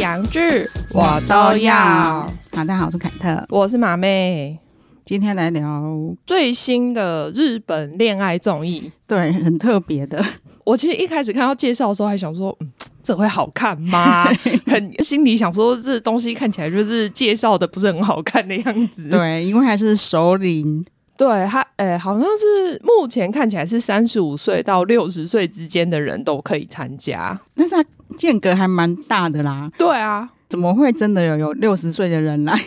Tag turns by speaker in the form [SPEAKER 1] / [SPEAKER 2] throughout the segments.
[SPEAKER 1] 洋剧
[SPEAKER 2] 我
[SPEAKER 1] 都要。
[SPEAKER 2] 好，大家好，我是凯特，
[SPEAKER 1] 我是马妹。
[SPEAKER 2] 今天来聊
[SPEAKER 1] 最新的日本恋爱综艺，
[SPEAKER 2] 对很特别 的，
[SPEAKER 1] 我其实一开始看到介绍的时候，还想说，嗯，这会好看 吗？很心里想说，这东西看起来就是介绍的不是很好看的样子。
[SPEAKER 2] 对，因为还是首领，
[SPEAKER 1] 对他，诶、好像是目前看起来是三十五岁到六十岁之间的人都可以参加。
[SPEAKER 2] 但是它间隔还蛮大的啦，
[SPEAKER 1] 对啊，
[SPEAKER 2] 怎么会真的有有六十岁的人来？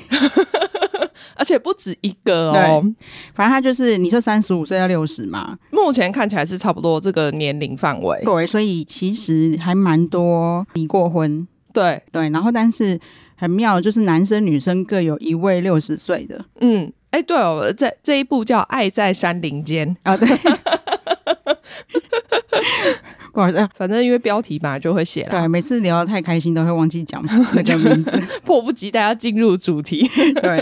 [SPEAKER 1] 而且不止一个哦。
[SPEAKER 2] 反正他就是你说三十五岁到六十嘛，
[SPEAKER 1] 目前看起来是差不多这个年龄范围。
[SPEAKER 2] 对，所以其实还蛮多离过婚，
[SPEAKER 1] 对，
[SPEAKER 2] 对，然后但是很妙，就是男生女生各有一位六十岁的
[SPEAKER 1] 嗯，哎、对哦，这这一部叫《爱在山林间》，
[SPEAKER 2] 啊， 对。不好意思，啊
[SPEAKER 1] 反正因为标题吧就会写了，
[SPEAKER 2] 对，每次聊得太开心都会忘记讲那个名字。
[SPEAKER 1] 迫不及待要进入主题。
[SPEAKER 2] 对，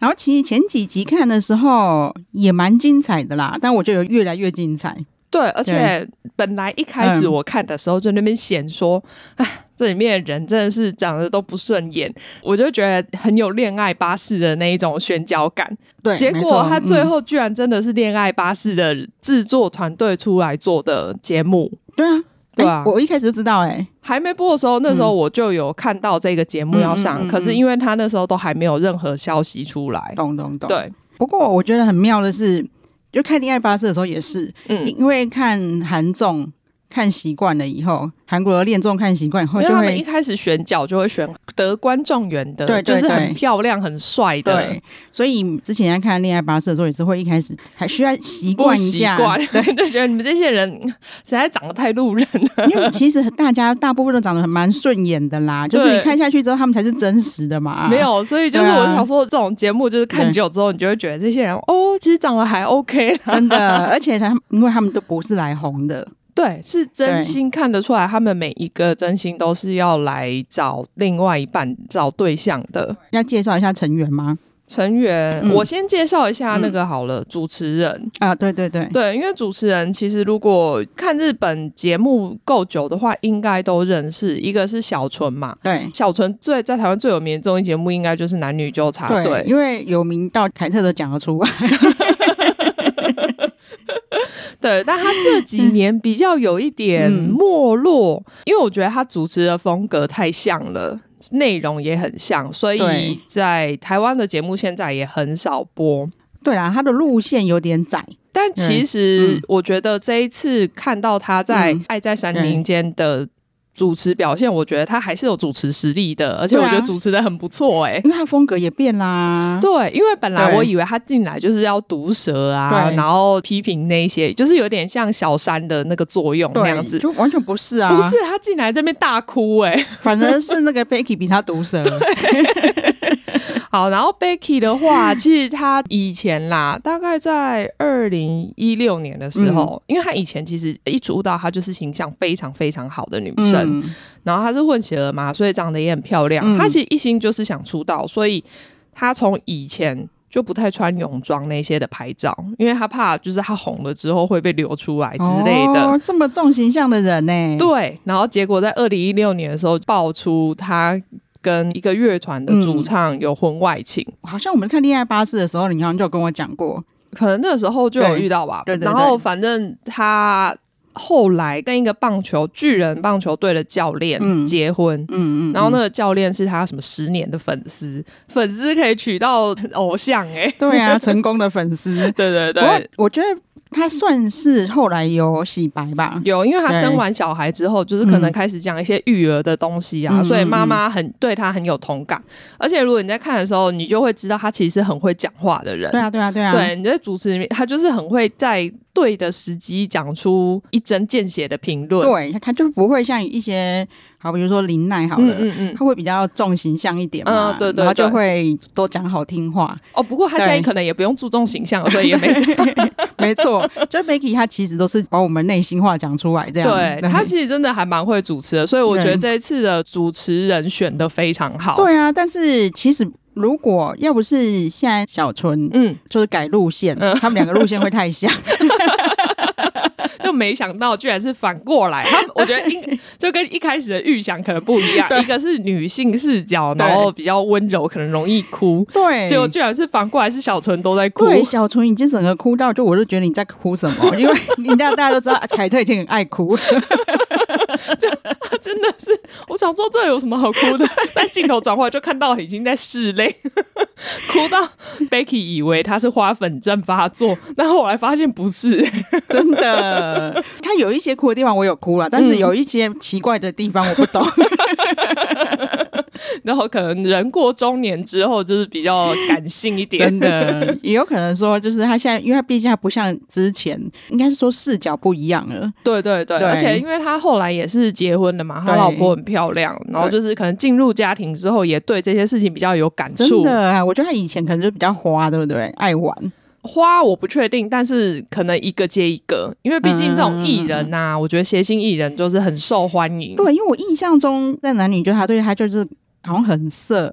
[SPEAKER 2] 然后其实前几集看的时候也蛮精彩的啦，但我觉得有越来越精彩。
[SPEAKER 1] 对，而且本来一开始
[SPEAKER 2] 嗯
[SPEAKER 1] 我看的时候就那边闲说，哎、这里面的人真的是长得都不顺眼，我就觉得很有恋爱巴士的那一种宣教感。
[SPEAKER 2] 对，
[SPEAKER 1] 结
[SPEAKER 2] 没
[SPEAKER 1] 果
[SPEAKER 2] 错
[SPEAKER 1] 他最、
[SPEAKER 2] 嗯
[SPEAKER 1] 后居然真的是恋爱巴士的制作团队出来做的节目。
[SPEAKER 2] 对啊，
[SPEAKER 1] 对啊
[SPEAKER 2] 哎我一开始就知道哎、
[SPEAKER 1] 还没播的时候，那时候我就有看到这个节目要上，
[SPEAKER 2] 嗯嗯嗯嗯
[SPEAKER 1] 可是因为他那时候都还没有任何消息出来。
[SPEAKER 2] 懂懂懂。，
[SPEAKER 1] 对，
[SPEAKER 2] 不过我觉得很妙的是，就看《恋爱巴士》的时候也是，
[SPEAKER 1] 嗯，
[SPEAKER 2] 因为看韩综看习惯了以后，韩国的恋综看习惯以
[SPEAKER 1] 因
[SPEAKER 2] 后
[SPEAKER 1] 为
[SPEAKER 2] 就
[SPEAKER 1] 他们一
[SPEAKER 2] 会。
[SPEAKER 1] 开始选角就会选得观众缘的，
[SPEAKER 2] 对对
[SPEAKER 1] 就是
[SPEAKER 2] 对
[SPEAKER 1] 很漂亮、很帅的，
[SPEAKER 2] 对，所以之前在看《恋爱巴士》的时候，也是会一开始还需要习
[SPEAKER 1] 不
[SPEAKER 2] 惯一
[SPEAKER 1] 习
[SPEAKER 2] 下，
[SPEAKER 1] 惯， 对，就觉得你们这些人 实在长得太路人了。
[SPEAKER 2] 因为其实大家大部分都长得很蛮顺眼的啦，就是你
[SPEAKER 1] 对
[SPEAKER 2] 看下去之后，他们才是真实的嘛。
[SPEAKER 1] 没，有，所以就是
[SPEAKER 2] 对啊
[SPEAKER 1] 我想说，这种节目就是看久之后，你就会觉得这些人哦，其实长得还 OK 啦。
[SPEAKER 2] 真的，而且他们因为他们都不是来红的，
[SPEAKER 1] 对，是真
[SPEAKER 2] 对
[SPEAKER 1] 心看得出来，他们每一个真心都是要来找另外一半、找对象的。
[SPEAKER 2] 要介绍一下成员吗？
[SPEAKER 1] 成员，
[SPEAKER 2] 嗯
[SPEAKER 1] 我先介绍一下那个好了，主持人。
[SPEAKER 2] 啊，对对对，
[SPEAKER 1] 对，因为主持人其实如果看日本节目够久的话，应该都认识。一个是小纯嘛，
[SPEAKER 2] 对
[SPEAKER 1] 小纯最在台湾最有名的综艺节目应该就是《男女纠察队》
[SPEAKER 2] 对，因为有名到凯特都讲得出来，啊
[SPEAKER 1] 对，但他这几年比较有一点
[SPEAKER 2] 嗯
[SPEAKER 1] 没落，因为我觉得他主持的风格太像了，内容也很像，所以
[SPEAKER 2] 对
[SPEAKER 1] 在台湾的节目现在也很少播。
[SPEAKER 2] 对啦，他的路线有点窄，
[SPEAKER 1] 但其实我觉得这一次看到他在
[SPEAKER 2] 嗯
[SPEAKER 1] 《爱在山林间》的主持表现，我觉得他还是有主持实力的，而且
[SPEAKER 2] 对
[SPEAKER 1] 我
[SPEAKER 2] 啊
[SPEAKER 1] 觉得主持的很不错哎、
[SPEAKER 2] 因为他风格也变啦。
[SPEAKER 1] 对，因为本来
[SPEAKER 2] 对
[SPEAKER 1] 我以为他进来就是要毒舌啊，
[SPEAKER 2] 对
[SPEAKER 1] 然后批评那些，就是有点像小三的那个作用那样子。
[SPEAKER 2] 就完全不是啊，
[SPEAKER 1] 不是，他进来这边大哭哎、
[SPEAKER 2] 反而是那个 Becky 比他毒 舌，
[SPEAKER 1] 好，然后 Becky 的 话，其实他以前啦，大概在二零一六年的时候，
[SPEAKER 2] 嗯
[SPEAKER 1] 因为他以前其实一出道，她就是形象非常非常好的女生，
[SPEAKER 2] 嗯，
[SPEAKER 1] 然后她是混血儿嘛，所以长得也很漂亮。
[SPEAKER 2] 嗯
[SPEAKER 1] 她其实一心就是想出道，所以她从以前就不太穿泳装那些的拍照，因为她怕就是她红了之后会被流出来之类的。
[SPEAKER 2] 哦，这么重形象的人呢、
[SPEAKER 1] 对，然后结果在二零一六年的时候爆出她跟一个乐团
[SPEAKER 2] 嗯
[SPEAKER 1] 的主唱有婚外情，
[SPEAKER 2] 好像我们看《恋爱巴士》的时候，你好像就有跟我讲过，
[SPEAKER 1] 可能那时候就有遇到吧。
[SPEAKER 2] 对对对
[SPEAKER 1] 然后反正她后来跟一个棒球巨人棒球队的教练
[SPEAKER 2] 嗯
[SPEAKER 1] 结婚，
[SPEAKER 2] 嗯嗯，，
[SPEAKER 1] 然后那个教练是他什么十年的粉丝，粉丝可以娶到偶像哎、欸。
[SPEAKER 2] 对啊，成功的粉丝
[SPEAKER 1] 对 对
[SPEAKER 2] 不
[SPEAKER 1] 对，
[SPEAKER 2] 过我觉得他算是后来有洗白吧。
[SPEAKER 1] 有，因为他
[SPEAKER 2] 对
[SPEAKER 1] 生完小孩之后，就是可能开始讲一些育儿的东西啊，
[SPEAKER 2] 嗯
[SPEAKER 1] 所以妈妈很对他很有同感。而且如果你在看的时候，你就会知道他其实是很会讲话的人。
[SPEAKER 2] 对啊，对啊，对啊，
[SPEAKER 1] 对，你在主持里面，他就是很会在对的时机讲出一针见血的评论。
[SPEAKER 2] 对，他就不会像一些好，比如说林奈好
[SPEAKER 1] 嗯
[SPEAKER 2] 了，
[SPEAKER 1] 嗯嗯。
[SPEAKER 2] 他会比较重形象一点嘛，
[SPEAKER 1] 嗯对对
[SPEAKER 2] 然后
[SPEAKER 1] 对
[SPEAKER 2] 就会多讲好听话。
[SPEAKER 1] 哦，不过他现在
[SPEAKER 2] 对
[SPEAKER 1] 可能也不用注重形象了，所以也没
[SPEAKER 2] 没错，就 Becky 他其实都是把我们内心话讲出来，这样。
[SPEAKER 1] 对他其实真的还蛮会主持的，所以我觉得
[SPEAKER 2] 对
[SPEAKER 1] 这一次的主持人选的非常好。，
[SPEAKER 2] 对啊，但是其实如果要不是现在小纯
[SPEAKER 1] 嗯，
[SPEAKER 2] 就是改路线，他们两个路线会太像。
[SPEAKER 1] 就就没想到居然是反过来。 他们我觉得应就跟一开始的预想可能不一样，
[SPEAKER 2] 对
[SPEAKER 1] 一个是女性视角，
[SPEAKER 2] 对
[SPEAKER 1] 然后比较温柔，可能容易哭，
[SPEAKER 2] 对，
[SPEAKER 1] 结果居然是反过来是小纯都在哭。
[SPEAKER 2] 对小纯已经整个哭到，就我就觉得你在哭什么，因为 你大大家都知道凯特已经很爱哭，
[SPEAKER 1] 真的是，我想说这有什么好哭的？但镜头转过来就看到已经在室内哭到 Becky 以为他是花粉症发作，但后来发现不是。
[SPEAKER 2] 真的。他有一些哭的地方我有哭了，但
[SPEAKER 1] 嗯
[SPEAKER 2] 是有一些奇怪的地方我不懂。
[SPEAKER 1] 然后可能人过中年之后就是比较感性一 点，
[SPEAKER 2] 真的，也有可能说，就是他现在，因为他毕竟他不像之前，应该是说视角不一样了。
[SPEAKER 1] 对对对，
[SPEAKER 2] 对
[SPEAKER 1] 而且因为他后来也是结婚了嘛，他
[SPEAKER 2] 对
[SPEAKER 1] 老婆很漂亮，然后就是可能进入家庭之后，也对这些事情比较有感
[SPEAKER 2] 真
[SPEAKER 1] 触。
[SPEAKER 2] 的啊，我觉得他以前可能就比较花，对不对？爱玩，
[SPEAKER 1] 花我不确定，但是可能一个接一个，因为毕竟这种艺人呐、我觉得谐星艺人就是很受欢迎。
[SPEAKER 2] 对，因为我印象中在男女就他对他就是好像很色，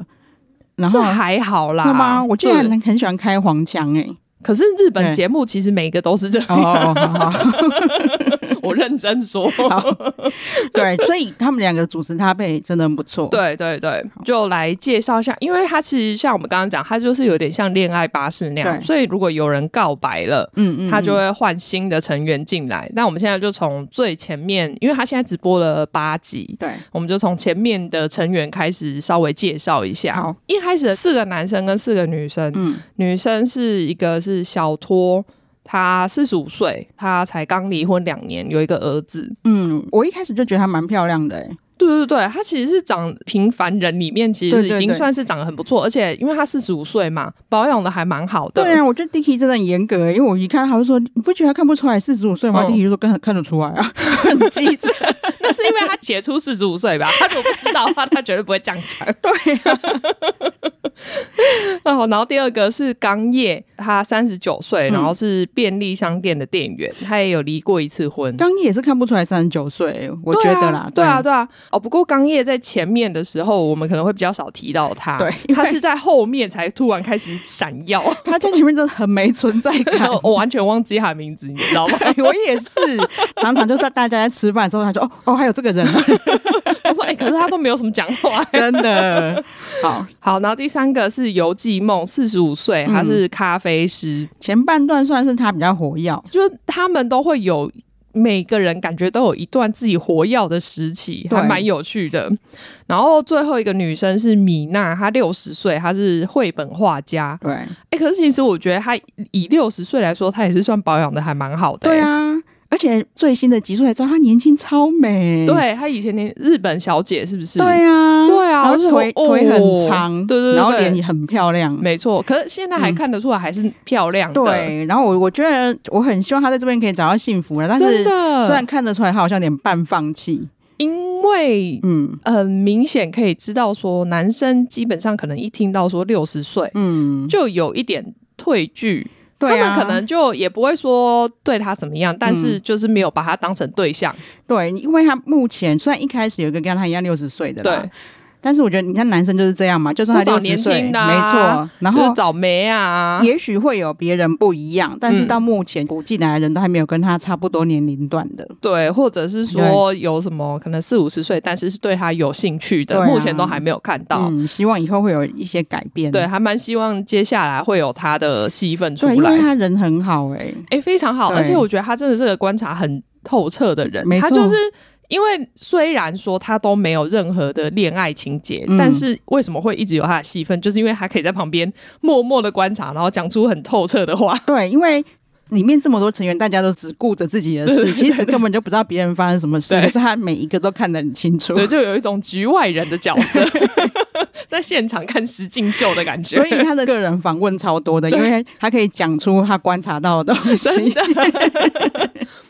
[SPEAKER 2] 然后啊
[SPEAKER 1] 是还好啦，
[SPEAKER 2] 是吗？啊我记得
[SPEAKER 1] 对
[SPEAKER 2] 很很喜欢开黄腔哎、
[SPEAKER 1] 可是日本
[SPEAKER 2] 对
[SPEAKER 1] 节目其实每个都是这样，
[SPEAKER 2] 哦哦，好好
[SPEAKER 1] 我认 真说。
[SPEAKER 2] 对，所以他们两个主持搭配真的很不错。
[SPEAKER 1] 对对对，就来介绍一下，因为它其实像我们刚刚讲，它就是有点像恋爱巴士那样，
[SPEAKER 2] 对
[SPEAKER 1] 所以如果有人告白了。
[SPEAKER 2] 嗯，嗯嗯，
[SPEAKER 1] 他就会换新的成员进来，那我们现在就从最前面，因为他现在只播了八集，
[SPEAKER 2] 对
[SPEAKER 1] 我们就从前面的成员开始稍微介绍一下
[SPEAKER 2] 好。
[SPEAKER 1] 一开始的四个男生跟四个女生，
[SPEAKER 2] 嗯
[SPEAKER 1] 女生是一个是小托，她四十五岁，她才刚离婚两年，有一个儿子。
[SPEAKER 2] 嗯，我一开始就觉得她蛮漂亮的、欸，
[SPEAKER 1] 对对对，她其实是长平凡人里面，其实
[SPEAKER 2] 对对
[SPEAKER 1] 已
[SPEAKER 2] 对
[SPEAKER 1] 经算是长得很不错，而且因为她四十五岁嘛，保养的还蛮好的。
[SPEAKER 2] 对啊，我觉得 Dicky 真的很严格、欸，因为我一看他就说，你不觉得他看不出来四十五岁吗、
[SPEAKER 1] 嗯
[SPEAKER 2] d i c k y 就说跟看得出 来啊，很机智，
[SPEAKER 1] 那是因为她杰出四十五岁吧？ 她如果不知道的话，她绝对不会这样 讲。对、啊。然后第二个是刚叶，她三十九
[SPEAKER 2] 嗯
[SPEAKER 1] 岁，然后是便利商店的店员，她也有离过一次婚。
[SPEAKER 2] 刚毅也是看不出来三十九岁欸，我觉得啦，
[SPEAKER 1] 对啊，对啊，对啊。哦，不过刚叶在前面的时候，我们可能会比较少提到 他，
[SPEAKER 2] 对因为
[SPEAKER 1] 他是在后面才突然开始闪 耀，
[SPEAKER 2] 他在前面真的很没存在 感。哎
[SPEAKER 1] 我完全忘记他的名字，你知道吗？
[SPEAKER 2] 我也是，常常就在大家在吃饭的时候，他就哦哦，还有这个 人啊，
[SPEAKER 1] 我说，哎、可是他都没有什么讲话。
[SPEAKER 2] 真的好。
[SPEAKER 1] 好，然后第三个是游记梦，四十五岁，他
[SPEAKER 2] 嗯
[SPEAKER 1] 是咖啡师，
[SPEAKER 2] 前半段算是他比较活跃，
[SPEAKER 1] 就是他们都会有。每个人感觉都有一段自己活跃的时期，
[SPEAKER 2] 对
[SPEAKER 1] 还蛮有趣的。然后最后一个女生是米娜，她六十岁，她是绘本画家。
[SPEAKER 2] 对
[SPEAKER 1] 哎、可是其实我觉得他以六十岁来说，他也是算保养的还蛮好的、欸
[SPEAKER 2] 对，啊，而且最新的集数也知道他年轻超美，
[SPEAKER 1] 对他以前连日本小姐是不是？
[SPEAKER 2] 对啊，
[SPEAKER 1] 对啊
[SPEAKER 2] 然后
[SPEAKER 1] 我就
[SPEAKER 2] 腿
[SPEAKER 1] 哦
[SPEAKER 2] 腿很长，
[SPEAKER 1] 对对对
[SPEAKER 2] 然后
[SPEAKER 1] 对
[SPEAKER 2] 脸也很漂亮，
[SPEAKER 1] 没错。可是现在还看得出来，还是漂亮的。，
[SPEAKER 2] 嗯对。然后我我觉得我很希望他在这边可以找到幸福了，但
[SPEAKER 1] 真
[SPEAKER 2] 是
[SPEAKER 1] 的
[SPEAKER 2] 虽然看得出来他好像有点半放弃，
[SPEAKER 1] 因为
[SPEAKER 2] 嗯
[SPEAKER 1] 很明显可以知道说，男生基本上可能一听到说六十岁，
[SPEAKER 2] 嗯，
[SPEAKER 1] 就有一点退惧。
[SPEAKER 2] 对
[SPEAKER 1] 他
[SPEAKER 2] 啊，嗯
[SPEAKER 1] 们可能就也不会说对他怎么样，但是就是没有把他当成对象。
[SPEAKER 2] 对，因为他目前虽然一开始有一个跟他一样六十岁的啦，
[SPEAKER 1] 对，
[SPEAKER 2] 但是我觉得你看男生就是这样嘛，就算他
[SPEAKER 1] 就找
[SPEAKER 2] 六
[SPEAKER 1] 年
[SPEAKER 2] 十岁，
[SPEAKER 1] 轻的
[SPEAKER 2] 没
[SPEAKER 1] 啊
[SPEAKER 2] 错，然
[SPEAKER 1] 就是
[SPEAKER 2] 后。
[SPEAKER 1] 找媒 啊，
[SPEAKER 2] 也许会有别人不一样，但是
[SPEAKER 1] 嗯
[SPEAKER 2] 到目前补进来的人都还没有跟他差不多年龄段的。
[SPEAKER 1] 对，或者是说有什么可能四五十岁，但是是对他有兴趣的，
[SPEAKER 2] 对啊
[SPEAKER 1] 目前都还没有看到。
[SPEAKER 2] 嗯，希望以后会有一些改变。
[SPEAKER 1] 对，还蛮希望接下来会有他的戏份出
[SPEAKER 2] 对，因为
[SPEAKER 1] 来。
[SPEAKER 2] 他人很好哎、
[SPEAKER 1] 哎、非常好，
[SPEAKER 2] 对
[SPEAKER 1] 而且我觉得他真的是个观察很透彻的人
[SPEAKER 2] 没。错
[SPEAKER 1] 他就是因为虽然说他都没有任何的恋爱情节，
[SPEAKER 2] 嗯
[SPEAKER 1] 但是为什么会一直有他的戏份，就是因为他可以在旁边默默的观察，然后讲出很透彻的话。
[SPEAKER 2] 对，因为里面这么多成员，大家都只顾着自己的事，其实根本就不知道别人发生什么事，
[SPEAKER 1] 对
[SPEAKER 2] 可是他每一个都看得很清楚。
[SPEAKER 1] 对，就有一种局外人的角色， 在现场看实境秀的感觉。
[SPEAKER 2] 所以他的个人访问超多的，因为他可以讲出他观察到的东西。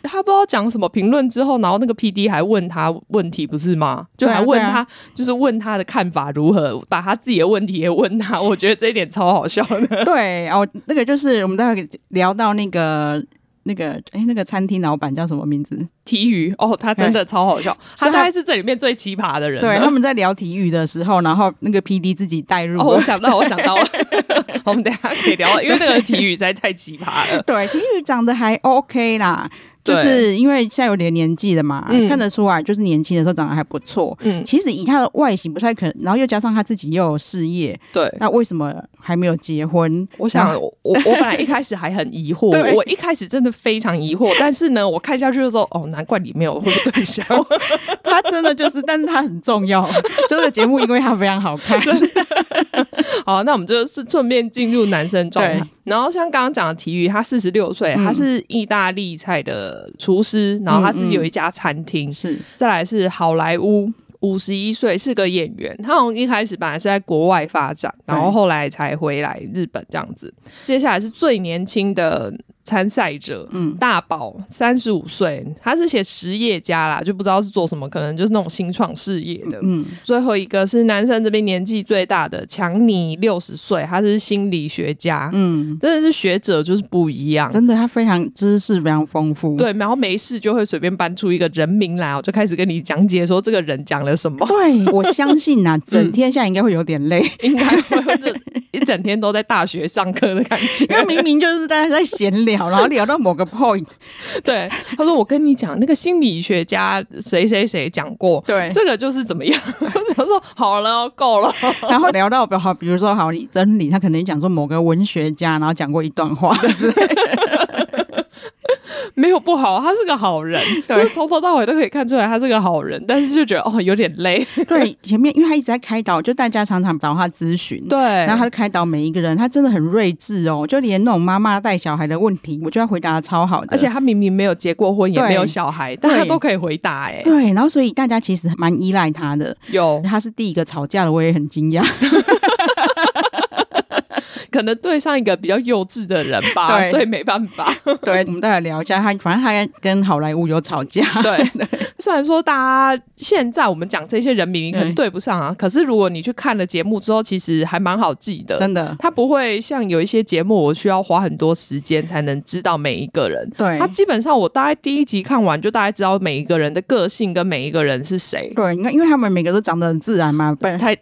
[SPEAKER 1] 他不知道讲什么评论之后，然后那个 P D 还问他问题，不是吗？就
[SPEAKER 2] 对啊
[SPEAKER 1] 还问他，
[SPEAKER 2] 对
[SPEAKER 1] 就是问他的看法如何，把他自己的问题也问他。我觉得这一点超好笑的。
[SPEAKER 2] 对，哦，那个就是我们待会聊到那个那个哎，那个餐厅老板叫什么名字？
[SPEAKER 1] 体育哦，他真的超好笑，他
[SPEAKER 2] 是他
[SPEAKER 1] 大概是这里面最奇葩的人了。
[SPEAKER 2] 对，他们在聊体育的时候，然后那个 P D 自己带入
[SPEAKER 1] 哦，我
[SPEAKER 2] 了。
[SPEAKER 1] 想到，我想 到，我们等一下可以聊，因为那个体育实在太奇葩了。
[SPEAKER 2] 对，体育长得还 OK 啦，就
[SPEAKER 1] 对
[SPEAKER 2] 是因为现在有点年纪了嘛，
[SPEAKER 1] 嗯
[SPEAKER 2] 看得出来，就是年轻的时候长得还不错。
[SPEAKER 1] 嗯，
[SPEAKER 2] 其实以他的外形不太可能，然后又加上他自己又有事业，
[SPEAKER 1] 对。
[SPEAKER 2] 那为什么还没有结婚？
[SPEAKER 1] 我想
[SPEAKER 2] 然，后
[SPEAKER 1] 我我我本来一开始还很疑 惑
[SPEAKER 2] 对，
[SPEAKER 1] 我一开始真的非常疑惑，但是呢，我看下去就说，哦，难怪你没有会对 象，
[SPEAKER 2] 他真的就是，但是他很重要，这个节目因为他非常好看，
[SPEAKER 1] 好，那我们就是顺便进入男生状态
[SPEAKER 2] 对。
[SPEAKER 1] 然后像刚刚讲的体育，他四十六岁，
[SPEAKER 2] 嗯
[SPEAKER 1] 他是意大利菜的厨师，然后他自己有一家餐厅。
[SPEAKER 2] 嗯是
[SPEAKER 1] 再来是好莱坞，五十一岁是个演员，他从一开始本来是在国外发展，
[SPEAKER 2] 对
[SPEAKER 1] 然后后来才回来日本这样子。接下来是最年轻的参赛者，
[SPEAKER 2] 嗯
[SPEAKER 1] 大宝三十五岁，他是写实业家啦，就不知道是做什么，可能就是那种新创事业的。
[SPEAKER 2] 嗯，
[SPEAKER 1] 最后一个是男生这边年纪最大的强尼六十岁，他是心理学家，
[SPEAKER 2] 嗯，
[SPEAKER 1] 真的是学者就是不一样。
[SPEAKER 2] 真的，他非常知识非常丰富。，
[SPEAKER 1] 对，然后没事就会随便搬出一个人名来，我就开始跟你讲解说这个人讲了什么
[SPEAKER 2] 对，我相信
[SPEAKER 1] 嗯
[SPEAKER 2] 呐、整天下来应该会有点累，
[SPEAKER 1] 应该会就一整天都在大学上课的感觉
[SPEAKER 2] 因。为明明就是大家在闲聊，然后聊到某个 point，
[SPEAKER 1] 对，他说我跟你讲，那个心理学家谁谁谁讲过，
[SPEAKER 2] 对
[SPEAKER 1] 这个就是怎么样。我想说好了哦，够了哦，
[SPEAKER 2] 然后聊到好，比如说好，你真理，他可能讲说某个文学家，然后讲过一段话之类的，
[SPEAKER 1] 没有不好，他是个好人，就
[SPEAKER 2] 对
[SPEAKER 1] 是从头到尾都可以看出来他是个好人，但是就觉得哦有点累。
[SPEAKER 2] 对，前面因为他一直在开导，就大家常常找他咨询，
[SPEAKER 1] 对，
[SPEAKER 2] 然后
[SPEAKER 1] 然后
[SPEAKER 2] 他就开导每一个人，他真的很睿智哦，就连那种妈妈带小孩的问题，我就要回答的超好的，
[SPEAKER 1] 而且他明明没有结过婚，也
[SPEAKER 2] 对
[SPEAKER 1] 没有小孩，但
[SPEAKER 2] 对
[SPEAKER 1] 他都可以回答、 哎，
[SPEAKER 2] 对，然后所以大家其实蛮依赖他的，
[SPEAKER 1] 有
[SPEAKER 2] 他是第一个吵架的，我也很惊 讶，
[SPEAKER 1] 可能对上一个比较幼稚的人吧，
[SPEAKER 2] 对
[SPEAKER 1] 所以没办法。
[SPEAKER 2] 对，我们再来聊一下他，反正他跟好莱坞有吵架，
[SPEAKER 1] 对，虽然说大家现在我们讲这些人名，你可能对不上啊，可是如果你去看了节目之后，其实还蛮好记 的。
[SPEAKER 2] 真的，
[SPEAKER 1] 他不会像有一些节目，我需要花很多时间才能知道每一个人。
[SPEAKER 2] 对
[SPEAKER 1] 他。基本上我大概第一集看完，就大概知道每一个人的个性跟每一个人是谁。
[SPEAKER 2] 对，你看，因为他们每个都长得很自然嘛，本
[SPEAKER 1] 太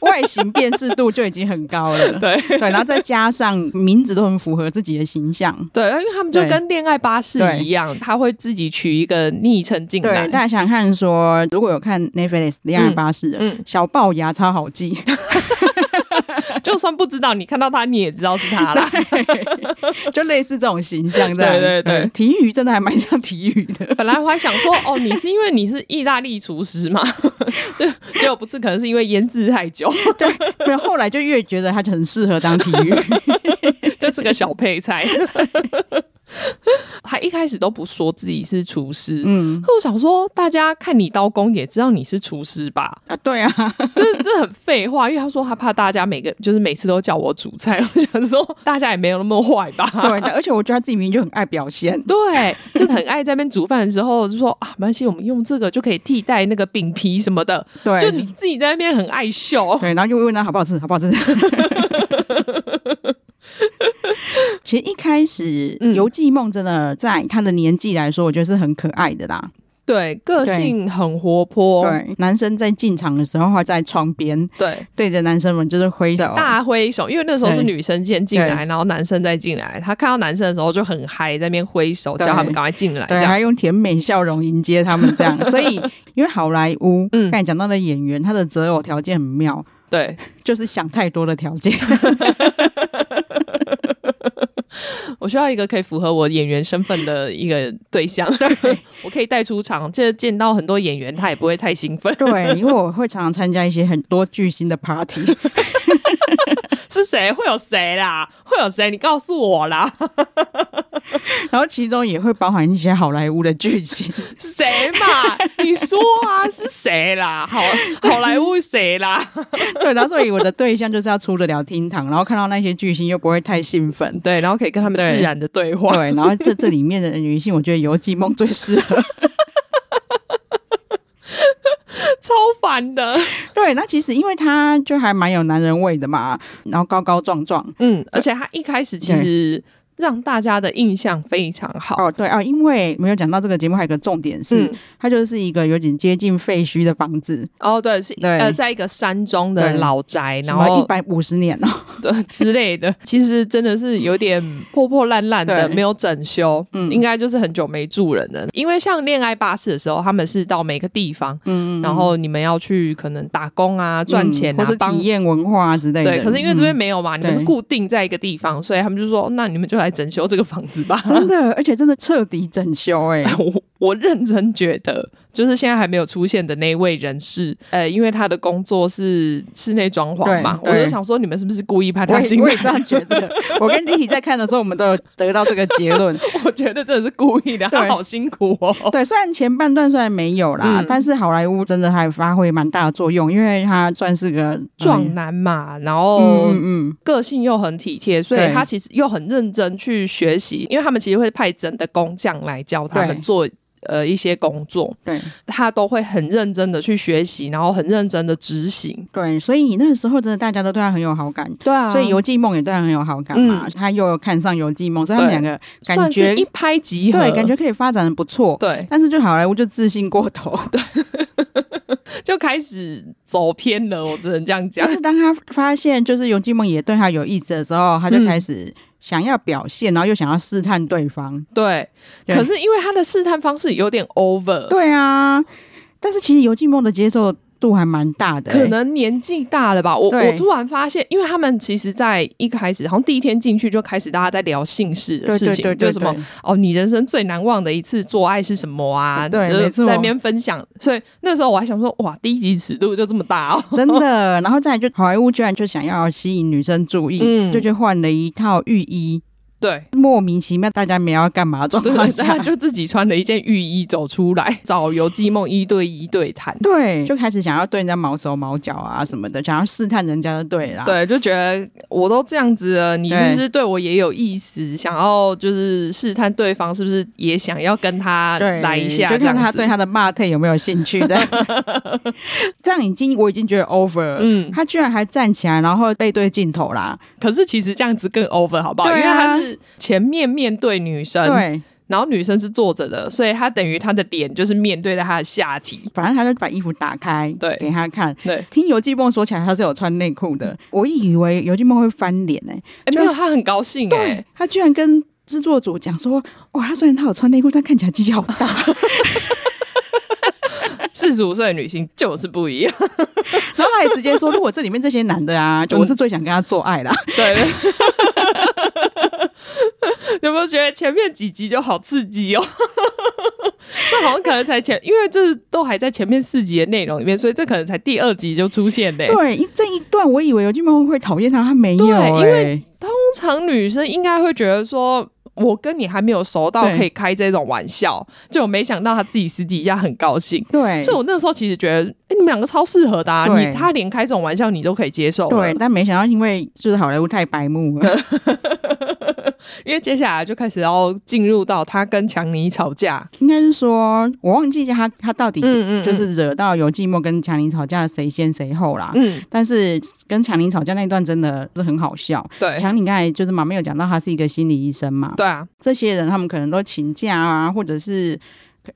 [SPEAKER 2] 外形辨识度就已经很高了。
[SPEAKER 1] 对
[SPEAKER 2] 对，然后再加上名字都很符合自己的形象。
[SPEAKER 1] 对，因为他们就
[SPEAKER 2] 对
[SPEAKER 1] 跟恋爱巴士
[SPEAKER 2] 对
[SPEAKER 1] 一样，他会自己取一个昵称进
[SPEAKER 2] 对，
[SPEAKER 1] 来。
[SPEAKER 2] 大家想想看说，如果有看 Netflix 恋爱巴士的，
[SPEAKER 1] 嗯
[SPEAKER 2] 小龅牙超好 记，
[SPEAKER 1] 就算不知道，你看到他，你也知道是 他啦。
[SPEAKER 2] 就类似这种形象这样。
[SPEAKER 1] 对对对
[SPEAKER 2] 体育真的还蛮像体育的。
[SPEAKER 1] 本来我还想说，哦，你是因为你是意大利厨师嘛？ 就结果不是，可能是因为腌制太久，
[SPEAKER 2] 然后后来就越觉得他就很适合当体育。
[SPEAKER 1] 这是个小 配菜。他一开始都不说自己是厨师，
[SPEAKER 2] 嗯
[SPEAKER 1] 可我想说，大家看你刀工也知道你是厨师吧？
[SPEAKER 2] 啊，对 啊，
[SPEAKER 1] 这这很废话，因为他说他怕大家每个就是每次都叫我煮菜，我想说大家也没有那么坏吧。
[SPEAKER 2] 对，而且我觉得他自己明明就很爱表现。
[SPEAKER 1] 对，就很爱在那边煮饭的时候就说 啊，没关系，我们用这个就可以替代那个饼皮什么的。
[SPEAKER 2] 对，
[SPEAKER 1] 就你自己在那边很爱秀，
[SPEAKER 2] 对，然后就会问他好不好吃，好不好吃。 其实一开始
[SPEAKER 1] 嗯
[SPEAKER 2] 游记梦真的在他的年纪来说，我觉得是很可爱的啦。
[SPEAKER 1] 对，个
[SPEAKER 2] 对
[SPEAKER 1] 性很活泼，
[SPEAKER 2] 对，男生在进场的时候，他在窗边
[SPEAKER 1] 对，
[SPEAKER 2] 对着男生们就是挥手，
[SPEAKER 1] 大挥手，因为那时候是
[SPEAKER 2] 对
[SPEAKER 1] 女生先进来，然后男生再进来，他看到男生的时候就很嗨，在那边挥手
[SPEAKER 2] 对
[SPEAKER 1] 叫他们赶快进来，这
[SPEAKER 2] 对，
[SPEAKER 1] 样
[SPEAKER 2] 还用甜美笑容迎接他们这 样。所以，因为好莱坞，
[SPEAKER 1] 嗯
[SPEAKER 2] 刚才讲到的演员，他的择偶条件很妙，
[SPEAKER 1] 对。
[SPEAKER 2] 就是想太多的 条件。
[SPEAKER 1] 我需要一个可以符合我演员身份的一个 对象，我可以带出场，这见到很多演员他也不会太兴奋。
[SPEAKER 2] 对，因为我会常常参加一些很多巨星的 party，
[SPEAKER 1] 是谁？会有谁啦？会有谁？你告诉我啦，
[SPEAKER 2] 然后其中也会包含一些好莱坞的巨星。
[SPEAKER 1] 谁 嘛？你说啊，是谁啦？好好莱坞谁啦？
[SPEAKER 2] 对，然后所以我的对象就是要出得了厅堂，然后看到那些巨星又不会太兴 奋。
[SPEAKER 1] 对，然后可以跟他们
[SPEAKER 2] 对
[SPEAKER 1] 自然的对 话。
[SPEAKER 2] 对，然后这这里面的女性，我觉得游记梦最适合。
[SPEAKER 1] 超烦的。
[SPEAKER 2] 对，那其实因为她就还蛮有男人味的嘛，然后高高壮壮，
[SPEAKER 1] 嗯，而且他一开始其实让大家的印象非常好。
[SPEAKER 2] 哦，对啊、因为没有讲到这个节目，还有一个重点是，
[SPEAKER 1] 嗯
[SPEAKER 2] 它就是一个有点接近废墟的房子，
[SPEAKER 1] 哦，对，是
[SPEAKER 2] 对
[SPEAKER 1] 呃，在一个山中的
[SPEAKER 2] 对
[SPEAKER 1] 老宅，
[SPEAKER 2] 然
[SPEAKER 1] 然
[SPEAKER 2] 后
[SPEAKER 1] 后
[SPEAKER 2] 一百五十年哦，
[SPEAKER 1] 对之类的，其实真的是有点破破烂烂的，
[SPEAKER 2] 对
[SPEAKER 1] 没有整修，
[SPEAKER 2] 嗯
[SPEAKER 1] 应该就是很久没住人了。因为像恋爱巴士的时候，他们是到每个地方，
[SPEAKER 2] 嗯，
[SPEAKER 1] 然后你们要去可能打工啊、赚钱
[SPEAKER 2] 嗯
[SPEAKER 1] 啊
[SPEAKER 2] 或是、
[SPEAKER 1] 帮
[SPEAKER 2] 体验文化啊之类的。嗯
[SPEAKER 1] 对，可是因为这边啊没有嘛，你们是
[SPEAKER 2] 对嗯
[SPEAKER 1] 固定在一个地方，所以他们就说，那你们就来整修这个房子吧。
[SPEAKER 2] 真的，而且真的彻底整修哎、
[SPEAKER 1] 我我认真觉得，就是现在还没有出现的那位人士，呃，因为他的工作是室内装潢嘛，
[SPEAKER 2] 对
[SPEAKER 1] 我
[SPEAKER 2] 对
[SPEAKER 1] 就想说，你们是不是故意拍
[SPEAKER 2] 我
[SPEAKER 1] 啊他
[SPEAKER 2] 也
[SPEAKER 1] 进
[SPEAKER 2] 我
[SPEAKER 1] 来
[SPEAKER 2] 也？这样觉得。我跟李体在看的时候，我们都有得到这个结 论。
[SPEAKER 1] 我觉得真的是故意的，
[SPEAKER 2] 对
[SPEAKER 1] 他好辛苦哦。
[SPEAKER 2] 对，虽然前半段虽然没有啦，
[SPEAKER 1] 嗯
[SPEAKER 2] 但是好莱坞真的还发挥蛮大的作用，因为它算是个
[SPEAKER 1] 壮男嘛，然
[SPEAKER 2] 嗯
[SPEAKER 1] 后
[SPEAKER 2] 嗯嗯，
[SPEAKER 1] 个性又很体贴，所以
[SPEAKER 2] 对
[SPEAKER 1] 他其实又很认真去学习，因为他们其实会派真的工匠来教他
[SPEAKER 2] 对
[SPEAKER 1] 们做。呃，一些工作
[SPEAKER 2] 对
[SPEAKER 1] 他都会很认真的去学习，然后很认真的执行。
[SPEAKER 2] 对，所以那时候真的大家都对他很有好感。
[SPEAKER 1] 对啊嗯
[SPEAKER 2] 所以《游记梦》也对他很有好感嘛，他又看上《游记梦》，所以他们
[SPEAKER 1] 对
[SPEAKER 2] 两个感
[SPEAKER 1] 算是
[SPEAKER 2] 觉
[SPEAKER 1] 一拍即合，
[SPEAKER 2] 对，感觉可以发展的不错。
[SPEAKER 1] 对，
[SPEAKER 2] 但是就好莱坞就自信过 头，
[SPEAKER 1] 就开始走偏了。我只能这样
[SPEAKER 2] 就
[SPEAKER 1] 讲。
[SPEAKER 2] 是当他发现就是游记梦也对他有意思的时候，他就开始想要表现，然后又想要试探对方。
[SPEAKER 1] 对，
[SPEAKER 2] 对
[SPEAKER 1] 可是因为他的试探方式有点 over，
[SPEAKER 2] 对啊，但是其实游记梦的接受度还蛮大的、欸
[SPEAKER 1] 可能年纪大了吧，我
[SPEAKER 2] 对
[SPEAKER 1] 我突然发现，因为他们其实，在一开始好像第一天进去就开始大家在聊姓氏的
[SPEAKER 2] 对
[SPEAKER 1] 事
[SPEAKER 2] 对
[SPEAKER 1] 情，
[SPEAKER 2] 对对
[SPEAKER 1] 就什么哦，你人生最难忘的一次做爱是什么啊？
[SPEAKER 2] 对
[SPEAKER 1] 就是
[SPEAKER 2] 没错
[SPEAKER 1] 在那边分享。所以那时候我还想说，哇，第一集尺度就这么大哦。
[SPEAKER 2] 真的，然后再来就好莱坞居然就想要吸引女生注意，
[SPEAKER 1] 嗯
[SPEAKER 2] 就去换了一套浴衣，
[SPEAKER 1] 对，
[SPEAKER 2] 莫名其妙大家没有要干嘛的状
[SPEAKER 1] 对，
[SPEAKER 2] 况
[SPEAKER 1] 他
[SPEAKER 2] 下，
[SPEAKER 1] 就自己穿了一件浴衣走出 来，找游记梦一对一对谈。
[SPEAKER 2] 对，就开始想要对人家毛手毛脚啊什么的，想要试探人家就对啦。
[SPEAKER 1] 对，就觉得我都这样子了，你
[SPEAKER 2] 对
[SPEAKER 1] 是不是对我也有意思？想要就是试探对方是不是也想要跟他
[SPEAKER 2] 对，
[SPEAKER 1] 来一下，
[SPEAKER 2] 就
[SPEAKER 1] 这
[SPEAKER 2] 看
[SPEAKER 1] 样
[SPEAKER 2] 他
[SPEAKER 1] 子
[SPEAKER 2] 对他的 m a t 有没有兴趣 的。这样已经我已经觉得 over 了。
[SPEAKER 1] 嗯，
[SPEAKER 2] 他居然还站起来，然后背对镜头啦！
[SPEAKER 1] 可是其实这样子更 over 好不好？
[SPEAKER 2] 对啊
[SPEAKER 1] 因为他是前面面对女生，
[SPEAKER 2] 对，
[SPEAKER 1] 然后女生是坐着的，所以他等于他的脸就是面对着他的下体。
[SPEAKER 2] 反正他就把衣服打开，
[SPEAKER 1] 对
[SPEAKER 2] 给他看。
[SPEAKER 1] 对，
[SPEAKER 2] 听游记梦说起来，他是有穿内裤
[SPEAKER 1] 嗯
[SPEAKER 2] 的。我以为游记梦会翻脸呢、
[SPEAKER 1] 哎，
[SPEAKER 2] 就
[SPEAKER 1] 没有，他很高兴哎、
[SPEAKER 2] 对他居然跟制作组讲说：“哇，他虽然他有穿内裤，但看起来鸡鸡好大。
[SPEAKER 1] 四十五岁的女性就是不一样。”
[SPEAKER 2] 然后他还直接说：“如果这里面这些男的
[SPEAKER 1] 嗯
[SPEAKER 2] 啊，就我是最想跟他做爱啦。
[SPEAKER 1] 对。有没有觉得前面几集就好刺激哦？ 这好像可能才前，因为这都还在前面四集的内容里面，所以这可能才第二集就出现嘞、
[SPEAKER 2] 对，因这一段我以为游记梦会讨厌他，他没有、
[SPEAKER 1] 对因为
[SPEAKER 2] 欸
[SPEAKER 1] 通常女生应该会觉得说，我跟你还没有熟到
[SPEAKER 2] 对
[SPEAKER 1] 可以开这种玩笑，就没想到她自己私底下很高兴。
[SPEAKER 2] 对，
[SPEAKER 1] 所以我那时候其实觉得，哎、你们两个超适合的、啊，
[SPEAKER 2] 对
[SPEAKER 1] 你他连开这种玩笑你都可以接受了，嗯
[SPEAKER 2] 对，但没想到因为就是好莱坞太白目了，
[SPEAKER 1] 因为接下来就开始要进入到他跟强尼吵架，
[SPEAKER 2] 应该是说我忘记他他到底
[SPEAKER 1] 嗯嗯嗯
[SPEAKER 2] 就是惹到尤寂寞跟强尼吵架谁先谁后啦。
[SPEAKER 1] 嗯，
[SPEAKER 2] 但是跟强尼吵架那一段真的是很好笑。
[SPEAKER 1] 对
[SPEAKER 2] 强尼刚才就是妈妈有讲到，他是一个心理医生嘛，
[SPEAKER 1] 对啊，
[SPEAKER 2] 这些人他们可能都请假啊，或者是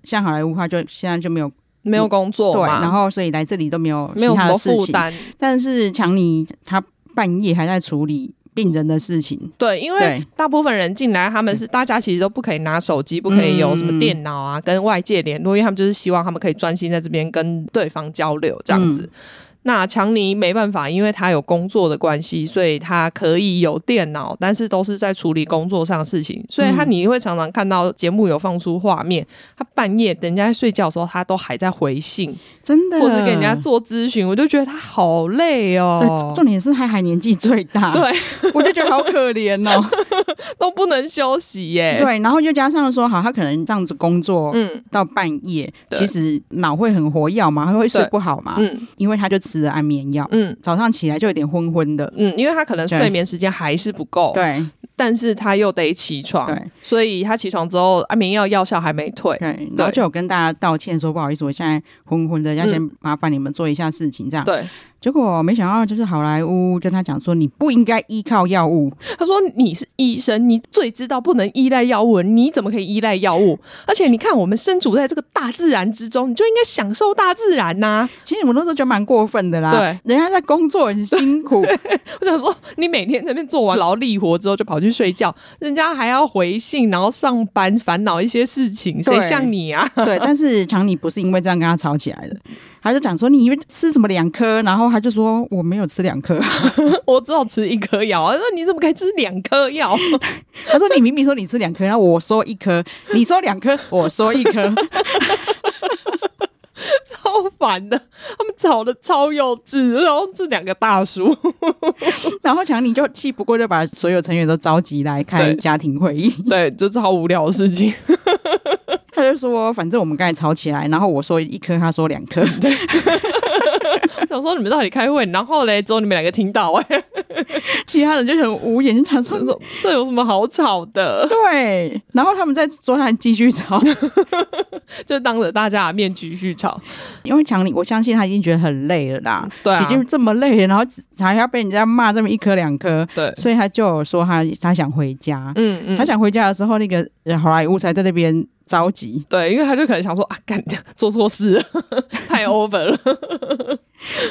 [SPEAKER 2] 像好莱坞他就现在就没有
[SPEAKER 1] 没有工作
[SPEAKER 2] 嗯对，
[SPEAKER 1] 嘛，
[SPEAKER 2] 然后所以来这里都没有
[SPEAKER 1] 没有
[SPEAKER 2] 其
[SPEAKER 1] 什
[SPEAKER 2] 他
[SPEAKER 1] 么
[SPEAKER 2] 的事
[SPEAKER 1] 负
[SPEAKER 2] 情。
[SPEAKER 1] 担。
[SPEAKER 2] 但是强尼他半夜还在处理病人的事情，
[SPEAKER 1] 对，因为
[SPEAKER 2] 对嗯
[SPEAKER 1] 大部分人进来，他们是大家其实都不可以拿手机，不可以有什么电脑啊，跟外界联络，因为他们就是希望他们可以专心在这边跟对方交流这样子。
[SPEAKER 2] 嗯
[SPEAKER 1] 那强尼没办法，因为他有工作的关系，所以他可以有电脑，但是都是在处理工作上的事情。所以
[SPEAKER 2] 嗯
[SPEAKER 1] 他你会常常看到节目有放出画面，他半夜人家在睡觉的时候，他都还在回信，
[SPEAKER 2] 真的，
[SPEAKER 1] 或是给人家做咨询，我就觉得他好累哦
[SPEAKER 2] 对，。重点是他还年纪最大，
[SPEAKER 1] 对，
[SPEAKER 2] 我就觉得好可怜 哦。
[SPEAKER 1] 都不能休息耶。
[SPEAKER 2] 对，啊然后又加上说，好，他可能这样子工作
[SPEAKER 1] 嗯
[SPEAKER 2] 到半夜，
[SPEAKER 1] 对
[SPEAKER 2] 其实脑会很活跃嘛，他会睡
[SPEAKER 1] 对
[SPEAKER 2] 不好嘛，
[SPEAKER 1] 嗯
[SPEAKER 2] 因为他就吃了安眠药，
[SPEAKER 1] 嗯
[SPEAKER 2] 早上起来就有点昏昏的。
[SPEAKER 1] 嗯，因为他可能
[SPEAKER 2] 对
[SPEAKER 1] 睡眠时间还是不够，
[SPEAKER 2] 对
[SPEAKER 1] 但是他又得起床，
[SPEAKER 2] 对
[SPEAKER 1] 所以他起床之后啊安眠药药效还没退。
[SPEAKER 2] 对，然后就有跟大家道歉说不好意思，我现在昏昏的，要先麻烦你们做一下事情这样。
[SPEAKER 1] 嗯对
[SPEAKER 2] 结果没想到就是好莱坞跟他讲说，你不应该依靠药物，
[SPEAKER 1] 他说你是医生，你最知道不能依赖药物，你怎么可以依赖药物？而且你看，我们身处在这个大自然之中，你就应该享受大自然呐、
[SPEAKER 2] 其实我那时候觉得蛮过分的啦。
[SPEAKER 1] 对，
[SPEAKER 2] 人家在工作很辛苦，
[SPEAKER 1] 我想说，你每天在那边做完劳力活之后就跑去睡觉，人家还要回信，然后上班烦恼一些事情，谁
[SPEAKER 2] 对
[SPEAKER 1] 像你啊？
[SPEAKER 2] 对。但是强尼不是因为这样跟他吵起来的，他就讲说你以为吃什么两颗，然后他就说我没有吃两颗，
[SPEAKER 1] 我只好吃一颗药，啊他说你怎么可以吃两颗药？
[SPEAKER 2] 他说你明明说你吃两颗，然后我说一颗，你说两颗，我说一颗，
[SPEAKER 1] 超烦的，他们吵的超幼稚，然后这两个大叔，
[SPEAKER 2] 然后强尼就气不过，就把所有成员都召集来开
[SPEAKER 1] 对
[SPEAKER 2] 家庭会议。
[SPEAKER 1] 对，就超无聊的事情。
[SPEAKER 2] 他就说，反正我们刚才吵起来，然后我说一颗，他说两颗，
[SPEAKER 1] 想说你们到底开会，然后嘞，只有你们两个听到、 哎，
[SPEAKER 2] 其他人就很无言，就想说说
[SPEAKER 1] 这有什么好吵的？
[SPEAKER 2] 对，然后他们在桌上继续 吵，
[SPEAKER 1] 就当着大家的面继续吵，
[SPEAKER 2] 因为强尼，我相信他已经觉得很累了啦，
[SPEAKER 1] 对啊
[SPEAKER 2] 已，经这么累了，然后还要被人家骂这么一颗两颗，
[SPEAKER 1] 对，
[SPEAKER 2] 所以他就有说他他想回家，
[SPEAKER 1] 嗯嗯
[SPEAKER 2] 他想回家的时候，那个呃好莱坞才在那边着急，
[SPEAKER 1] 对，因为他就可能想说啊，干做错事了，太 over 了。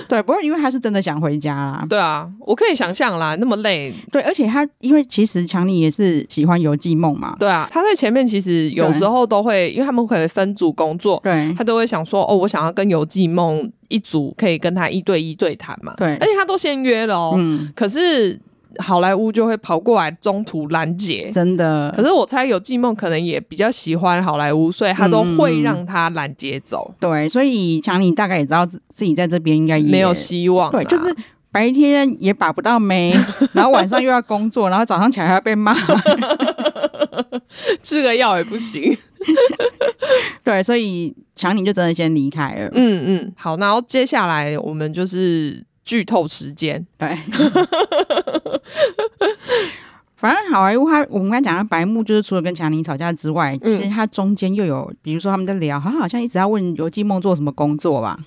[SPEAKER 2] 对，不过因为他是真的想回家啦。
[SPEAKER 1] 对啊，我可以想象啦，那么累。
[SPEAKER 2] 对，而且他因为其实强尼也是喜欢游记梦嘛，
[SPEAKER 1] 对啊，他在前面其实有时候都会，因为他们可以分组工作，
[SPEAKER 2] 对
[SPEAKER 1] 他都会想说，哦，我想要跟游记梦一组，可以跟他一对一对谈嘛。
[SPEAKER 2] 对
[SPEAKER 1] 而，且他都先约了哦，
[SPEAKER 2] 嗯，
[SPEAKER 1] 可是好莱坞就会跑过来中途拦截。
[SPEAKER 2] 真的，
[SPEAKER 1] 哎可是我猜有季梦可能也比较喜欢好莱坞，所以他都
[SPEAKER 2] 嗯
[SPEAKER 1] 会让他拦截走，
[SPEAKER 2] 对，所以强尼大概也知道自自己在这边应该哎也
[SPEAKER 1] 没有希望、
[SPEAKER 2] 对，就是。白天也把不到 妹，然后晚上又要工作，然后早上起来还要被骂，
[SPEAKER 1] 吃个药也不行。
[SPEAKER 2] 对，所以强尼就真的先离开了。
[SPEAKER 1] 嗯嗯，好，然后接下来我们就是剧透时间。
[SPEAKER 2] 对，反正好莱坞他，我们刚才讲到白木，就是除了跟强尼吵架之外，
[SPEAKER 1] 嗯
[SPEAKER 2] 其实他中间又有，比如说他们在聊，他好像一直要问游记梦做什么工作吧？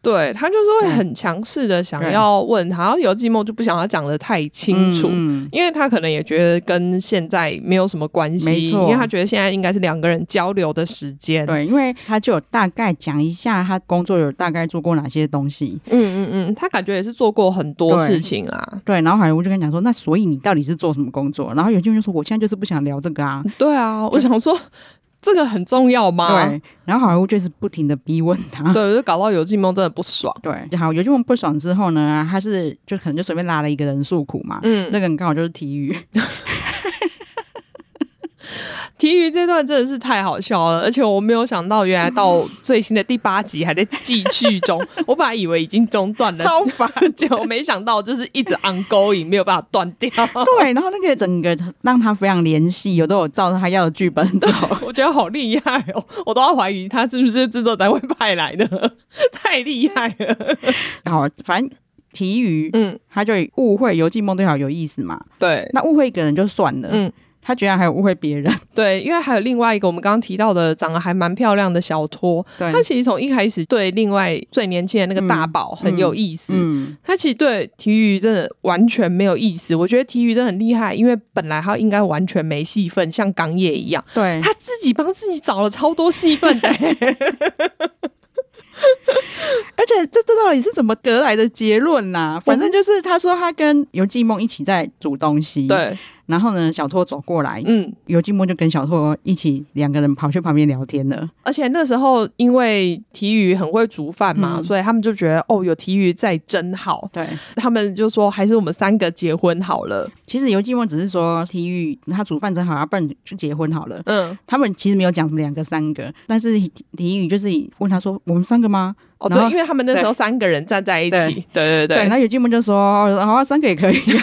[SPEAKER 1] 对他就是会很强势的想要问他，然后游记梦就不想要讲的太清楚，
[SPEAKER 2] 嗯
[SPEAKER 1] 因为他可能也觉得跟现在没有什么关
[SPEAKER 2] 没
[SPEAKER 1] 系，
[SPEAKER 2] 错
[SPEAKER 1] 因为他觉得现在应该是两个人交流的时间。
[SPEAKER 2] 嗯对，因为他就有大概讲一下他工作有大概做过哪些东西。
[SPEAKER 1] 嗯嗯嗯，他感觉也是做过很多
[SPEAKER 2] 对
[SPEAKER 1] 事情啊。
[SPEAKER 2] 对，然后好莱坞就跟他讲说，那所以你到底是做什么工作？然后有些人就说，我现在就是不想聊这个啊。
[SPEAKER 1] 对啊，我想说这个很重要吗？
[SPEAKER 2] 对，然后好莱坞就是不停的逼问他。
[SPEAKER 1] 对，我就搞到游记梦真的不爽。
[SPEAKER 2] 对，好，有这种不爽之后呢，他是就可能就随便拉了一个人诉苦嘛，
[SPEAKER 1] 嗯，
[SPEAKER 2] 那个人刚好就是体 育，
[SPEAKER 1] 体育这段真的是太好笑了，而且我没有想到，原来到最新的第八集还在继续 中。我本来以为已经中断了，
[SPEAKER 2] 超烦。
[SPEAKER 1] 结果没想到就是一直 ongoing，没有办法断掉。
[SPEAKER 2] 对，然后那个整个让他非常联系，有都有照着他要的剧本 走。
[SPEAKER 1] 我觉得好厉害哦，我都要怀疑他是不是制作单位派来的， 太厉害了。
[SPEAKER 2] 好，反正体育、
[SPEAKER 1] 嗯，
[SPEAKER 2] 他就误会游记梦对好有意思嘛，
[SPEAKER 1] 对，
[SPEAKER 2] 那误会一个人就算了，
[SPEAKER 1] 嗯
[SPEAKER 2] 他居然还有误会别人。
[SPEAKER 1] 对，因为还有另外一个我们刚刚提到的长得还蛮漂亮的小托，
[SPEAKER 2] 对，
[SPEAKER 1] 他其实从一开始对另外最年轻的那个大宝很有意思。
[SPEAKER 2] 嗯，
[SPEAKER 1] 他其实对体育真的完全没有意思，我觉得体育真的很厉害，因为本来他应该完全没戏份，像港野一样，
[SPEAKER 2] 对，
[SPEAKER 1] 他自己帮自己找了超多戏 份的、
[SPEAKER 2] 而且这这到底是怎么得来的结论呐、反正就是他说他跟游记梦一起在煮东西，，
[SPEAKER 1] 对，
[SPEAKER 2] 然后呢，小托走过来，
[SPEAKER 1] 嗯，
[SPEAKER 2] 游记梦就跟小托一起两个人跑去旁边聊天了。
[SPEAKER 1] 而且那时候因为体育很会煮饭嘛，
[SPEAKER 2] 嗯
[SPEAKER 1] 所以他们就觉得哦，有体育在真好，
[SPEAKER 2] 对，
[SPEAKER 1] 他们就说还是我们三个结婚好了。
[SPEAKER 2] 其实游记梦只是说体育他煮饭真好，要啊不然就结婚好了。
[SPEAKER 1] 嗯，
[SPEAKER 2] 他们其实没有讲什么两个三个，但是体体育就是问他说：“我们三个吗？”
[SPEAKER 1] 哦
[SPEAKER 2] 然后
[SPEAKER 1] 对，因为他们那时候三个人站在一起，对对对
[SPEAKER 2] 然，后游记梦就说：“哦好、啊，三个也可以。
[SPEAKER 1] 可是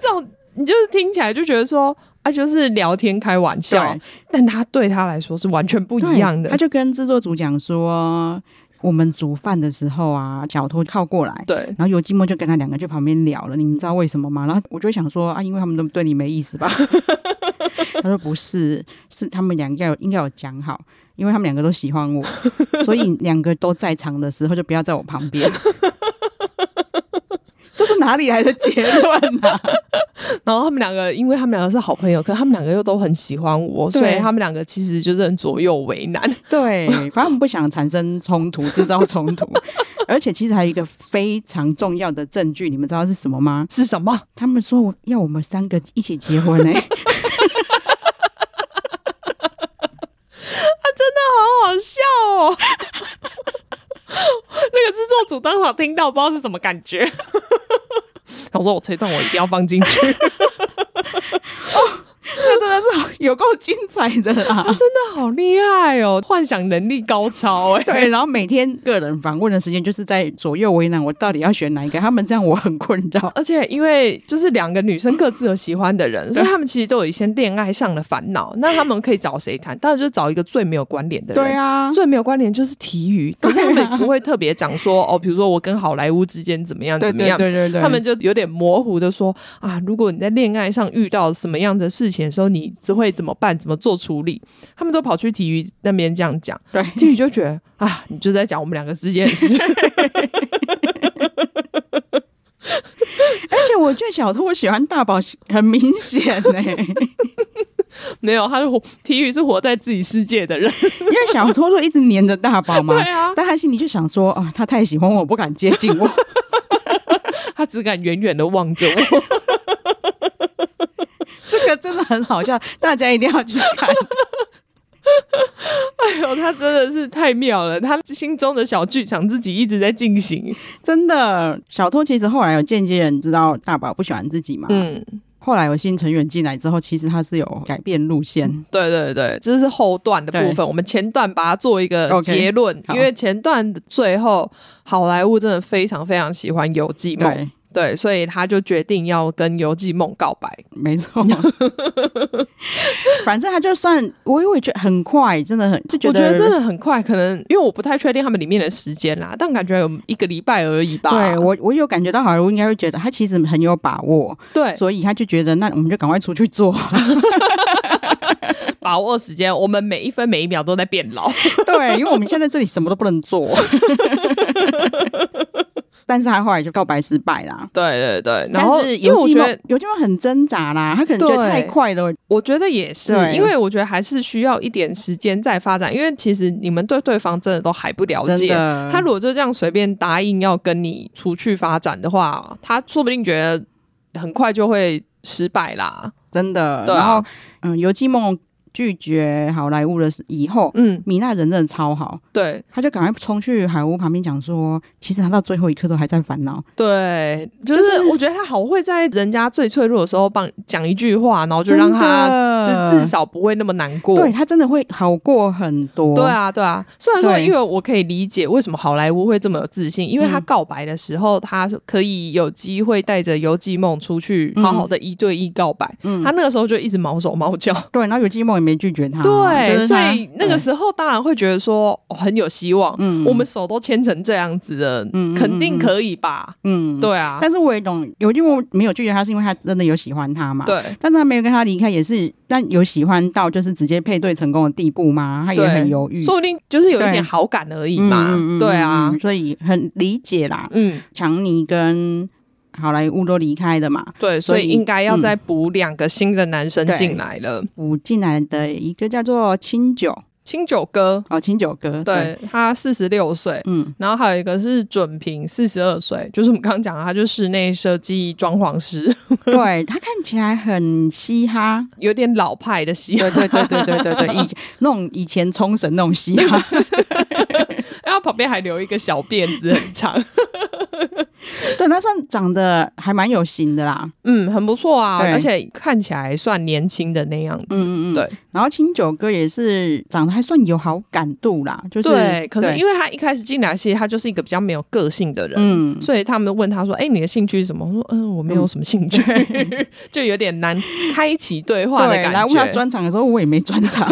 [SPEAKER 1] 这种你就是听起来就觉得说啊，就是聊天开玩笑
[SPEAKER 2] 对，
[SPEAKER 1] 但他对他来说是完全”不 一样 的
[SPEAKER 2] 他。就跟制作组讲说：“我们煮饭的时候啊，小托靠过来。”
[SPEAKER 1] 对，
[SPEAKER 2] 然后游记梦就跟他两个去旁边聊了，你们知道为什么吗？然后我就会想说啊，因为他们都对你没意思吧？ 他说不是，是他们两个有应该有讲好，因为他们两个都喜欢我，所以两个都在场的时候就不要在我旁边。 这是哪里来的结论呢、啊？
[SPEAKER 1] 然后他们两个，因为他们两个是好朋友，可他们两个又都很喜欢我，
[SPEAKER 2] 对
[SPEAKER 1] 所以他们两个其实就是很左右为难。
[SPEAKER 2] 对，反正我们不想产生冲突，制造冲突。而且其实还有一个非常重要的证据，你们知道是什么吗？
[SPEAKER 1] 是什么？啊
[SPEAKER 2] 他们说我要我们三个一起结婚欸呢、
[SPEAKER 1] 好好笑哦！ 那个制作组当场听到，不知道是什么感 觉。我说我这一段我一定要放进去， 真
[SPEAKER 2] 那真的是有够精彩的 啦。
[SPEAKER 1] 哦的好厉害哦，幻想能力高超哎、
[SPEAKER 2] 对，然后每天个人访问的时间就是在左右为难，我到底要选哪一个？他们这样我很困扰。
[SPEAKER 1] 而且因为就是两个女生各自有喜欢的人，所以他们其实都有一些恋爱上的烦恼。那他们可以找谁谈？当然就是找一个最没有关联的人。
[SPEAKER 2] 对啊，
[SPEAKER 1] 最没有关联就是体育，可是他们不会特别讲说哦，比如说我跟好莱坞之间怎么样
[SPEAKER 2] 对
[SPEAKER 1] 怎么
[SPEAKER 2] 对
[SPEAKER 1] 样，
[SPEAKER 2] 对对对，
[SPEAKER 1] 他们就有点模糊的说啊，如果你在恋爱上遇到什么样的事情的时候，你只会怎么办，怎么做处理？他们都跑去体育那边这样讲，
[SPEAKER 2] 对
[SPEAKER 1] 体育就觉得啊，你就在讲我们两个之 间的事。
[SPEAKER 2] 而且我觉得小兔喜欢大宝很明显欸呢、 因
[SPEAKER 1] 没有，他是活体育是活在自己世界的人，
[SPEAKER 2] 为小兔兔一直黏着大宝嘛
[SPEAKER 1] 对，啊，
[SPEAKER 2] 但他心里就想说啊，他太喜欢我，不敢接近 我。
[SPEAKER 1] 他只敢远远的望着我。
[SPEAKER 2] 这个真的很好笑，大家一定要去 看。
[SPEAKER 1] 哎呦，他真的是太妙了，他心中的小剧场自己一直在进行。
[SPEAKER 2] 真的，小偷其实后来有间接人知道大宝不喜欢自己嘛。
[SPEAKER 1] 嗯，
[SPEAKER 2] 后来有新成员进来之后，其实他是有改变路线。
[SPEAKER 1] 对对对，这是后段的部分，我们前段把它做一个
[SPEAKER 2] OK，
[SPEAKER 1] 结论
[SPEAKER 2] 好
[SPEAKER 1] 因为前段的最后好莱坞真的非常非常喜欢游记梦，
[SPEAKER 2] 对，
[SPEAKER 1] 对，所以他就决定要跟游记梦告白。
[SPEAKER 2] 没错。 反正他就算我，我也觉得很快，真的很就
[SPEAKER 1] 我
[SPEAKER 2] 觉
[SPEAKER 1] 觉
[SPEAKER 2] 得
[SPEAKER 1] 得真的很快，可能因为我不太确定他们里面的时间啦，但感觉有一个礼拜而已吧。
[SPEAKER 2] 对我，我有感觉到好莱坞应该会觉得他其实很有把握，
[SPEAKER 1] 对，
[SPEAKER 2] 所以他就觉得那我们就赶快出去 做。
[SPEAKER 1] 把握时间，我们每一分每一秒都在变 老。
[SPEAKER 2] 对，因为我们现在这里什么都不能 做。但是他后来就告白失败啦。
[SPEAKER 1] 对对对，然
[SPEAKER 2] 然
[SPEAKER 1] 后
[SPEAKER 2] 后
[SPEAKER 1] 因为我觉得，
[SPEAKER 2] 有这种很挣扎啦，他可能觉得
[SPEAKER 1] 对
[SPEAKER 2] 太快了，
[SPEAKER 1] 我觉得也是，
[SPEAKER 2] 对
[SPEAKER 1] 因为我觉得还是需要一点时间再发展，因为其实你们对对方真的都还不了
[SPEAKER 2] 真
[SPEAKER 1] 解。
[SPEAKER 2] 的。
[SPEAKER 1] 他如果就这样随便答应要跟你出去发展的话，他说不定觉得很快就会失败啦。
[SPEAKER 2] 真的，
[SPEAKER 1] 对啊
[SPEAKER 2] 然后嗯，游记梦拒绝好莱坞的时以后，
[SPEAKER 1] 嗯，
[SPEAKER 2] 米娜人真的超好，
[SPEAKER 1] 对
[SPEAKER 2] 他就赶快冲去海屋旁边讲说，其实他到最后一刻都还在烦恼。
[SPEAKER 1] 对，就是我觉得他好会在人家最脆弱的时候帮讲一句话，然后就
[SPEAKER 2] 真
[SPEAKER 1] 让他就
[SPEAKER 2] 的
[SPEAKER 1] 至少不会那么难过。
[SPEAKER 2] 对他真的会好过很多。
[SPEAKER 1] 对，啊，对啊。虽然说，
[SPEAKER 2] 对
[SPEAKER 1] 因为我可以理解为什么好莱坞会这么有自信，因为他
[SPEAKER 2] 嗯
[SPEAKER 1] 告白的时候，他可以有机会带着游记梦出去，
[SPEAKER 2] 嗯
[SPEAKER 1] 好好的一对一告白。
[SPEAKER 2] 嗯
[SPEAKER 1] 他，那个时候就一直毛手毛脚，
[SPEAKER 2] 对，然后游记梦也没拒绝他，啊就是
[SPEAKER 1] 对，所
[SPEAKER 2] 他
[SPEAKER 1] 以那个
[SPEAKER 2] 对
[SPEAKER 1] 时候当然会觉得说、哦、很有希望。
[SPEAKER 2] 嗯
[SPEAKER 1] 我们手都牵成这样子了，
[SPEAKER 2] 嗯嗯
[SPEAKER 1] 肯定可以吧？
[SPEAKER 2] 嗯。
[SPEAKER 1] 对啊，
[SPEAKER 2] 但是我也懂，游记梦没有拒绝他，是因为他真的有喜欢他嘛？。
[SPEAKER 1] 对。
[SPEAKER 2] 但是他没有跟他离开，也是但有喜欢到就是直接配对成功的地步吗？他也
[SPEAKER 1] 对，
[SPEAKER 2] 很犹豫，
[SPEAKER 1] 说不定就是有一
[SPEAKER 2] 对
[SPEAKER 1] 点好感而已嘛。
[SPEAKER 2] 嗯嗯嗯
[SPEAKER 1] 对啊
[SPEAKER 2] 嗯，所以很理解啦。
[SPEAKER 1] 嗯，
[SPEAKER 2] 强尼跟好莱坞都离开了嘛，
[SPEAKER 1] 对，
[SPEAKER 2] 所
[SPEAKER 1] 所
[SPEAKER 2] 以
[SPEAKER 1] 以应该要
[SPEAKER 2] 嗯
[SPEAKER 1] 再补两个新的男生
[SPEAKER 2] 对
[SPEAKER 1] 进来了。
[SPEAKER 2] 补进来的一个叫做清酒
[SPEAKER 1] 清酒哥，
[SPEAKER 2] 哦，清酒哥，
[SPEAKER 1] 对他四十六岁，
[SPEAKER 2] 嗯，
[SPEAKER 1] 然后还有一个是准平四十二岁，就是我们刚刚讲的，他就是室内设计装潢师，
[SPEAKER 2] 对他看起来很嘻哈，
[SPEAKER 1] 有点老派的戏，
[SPEAKER 2] 对对对对对对对，以那种以前冲绳那种嘻哈，
[SPEAKER 1] 然后旁边还留一个小辫子，很长，
[SPEAKER 2] 对他算长得还蛮有型的啦，
[SPEAKER 1] 嗯，很不错啊，
[SPEAKER 2] 对
[SPEAKER 1] 而且看起来算年轻的那样子。
[SPEAKER 2] 嗯嗯嗯，
[SPEAKER 1] 对。
[SPEAKER 2] 然后清酒哥也是长得还算有好感度啦，就是
[SPEAKER 1] 对，可是
[SPEAKER 2] 对
[SPEAKER 1] 因为他一开始进来，其实他就是一个比较没有个性的人，
[SPEAKER 2] 嗯
[SPEAKER 1] 所以他们问他说：“哎、你的兴趣是什么？”我说：“嗯，我没有什么 兴趣。 就有点难开启对话的
[SPEAKER 2] 对，
[SPEAKER 1] 感
[SPEAKER 2] 来问
[SPEAKER 1] 觉。
[SPEAKER 2] 他 专场的时候，我也没专场。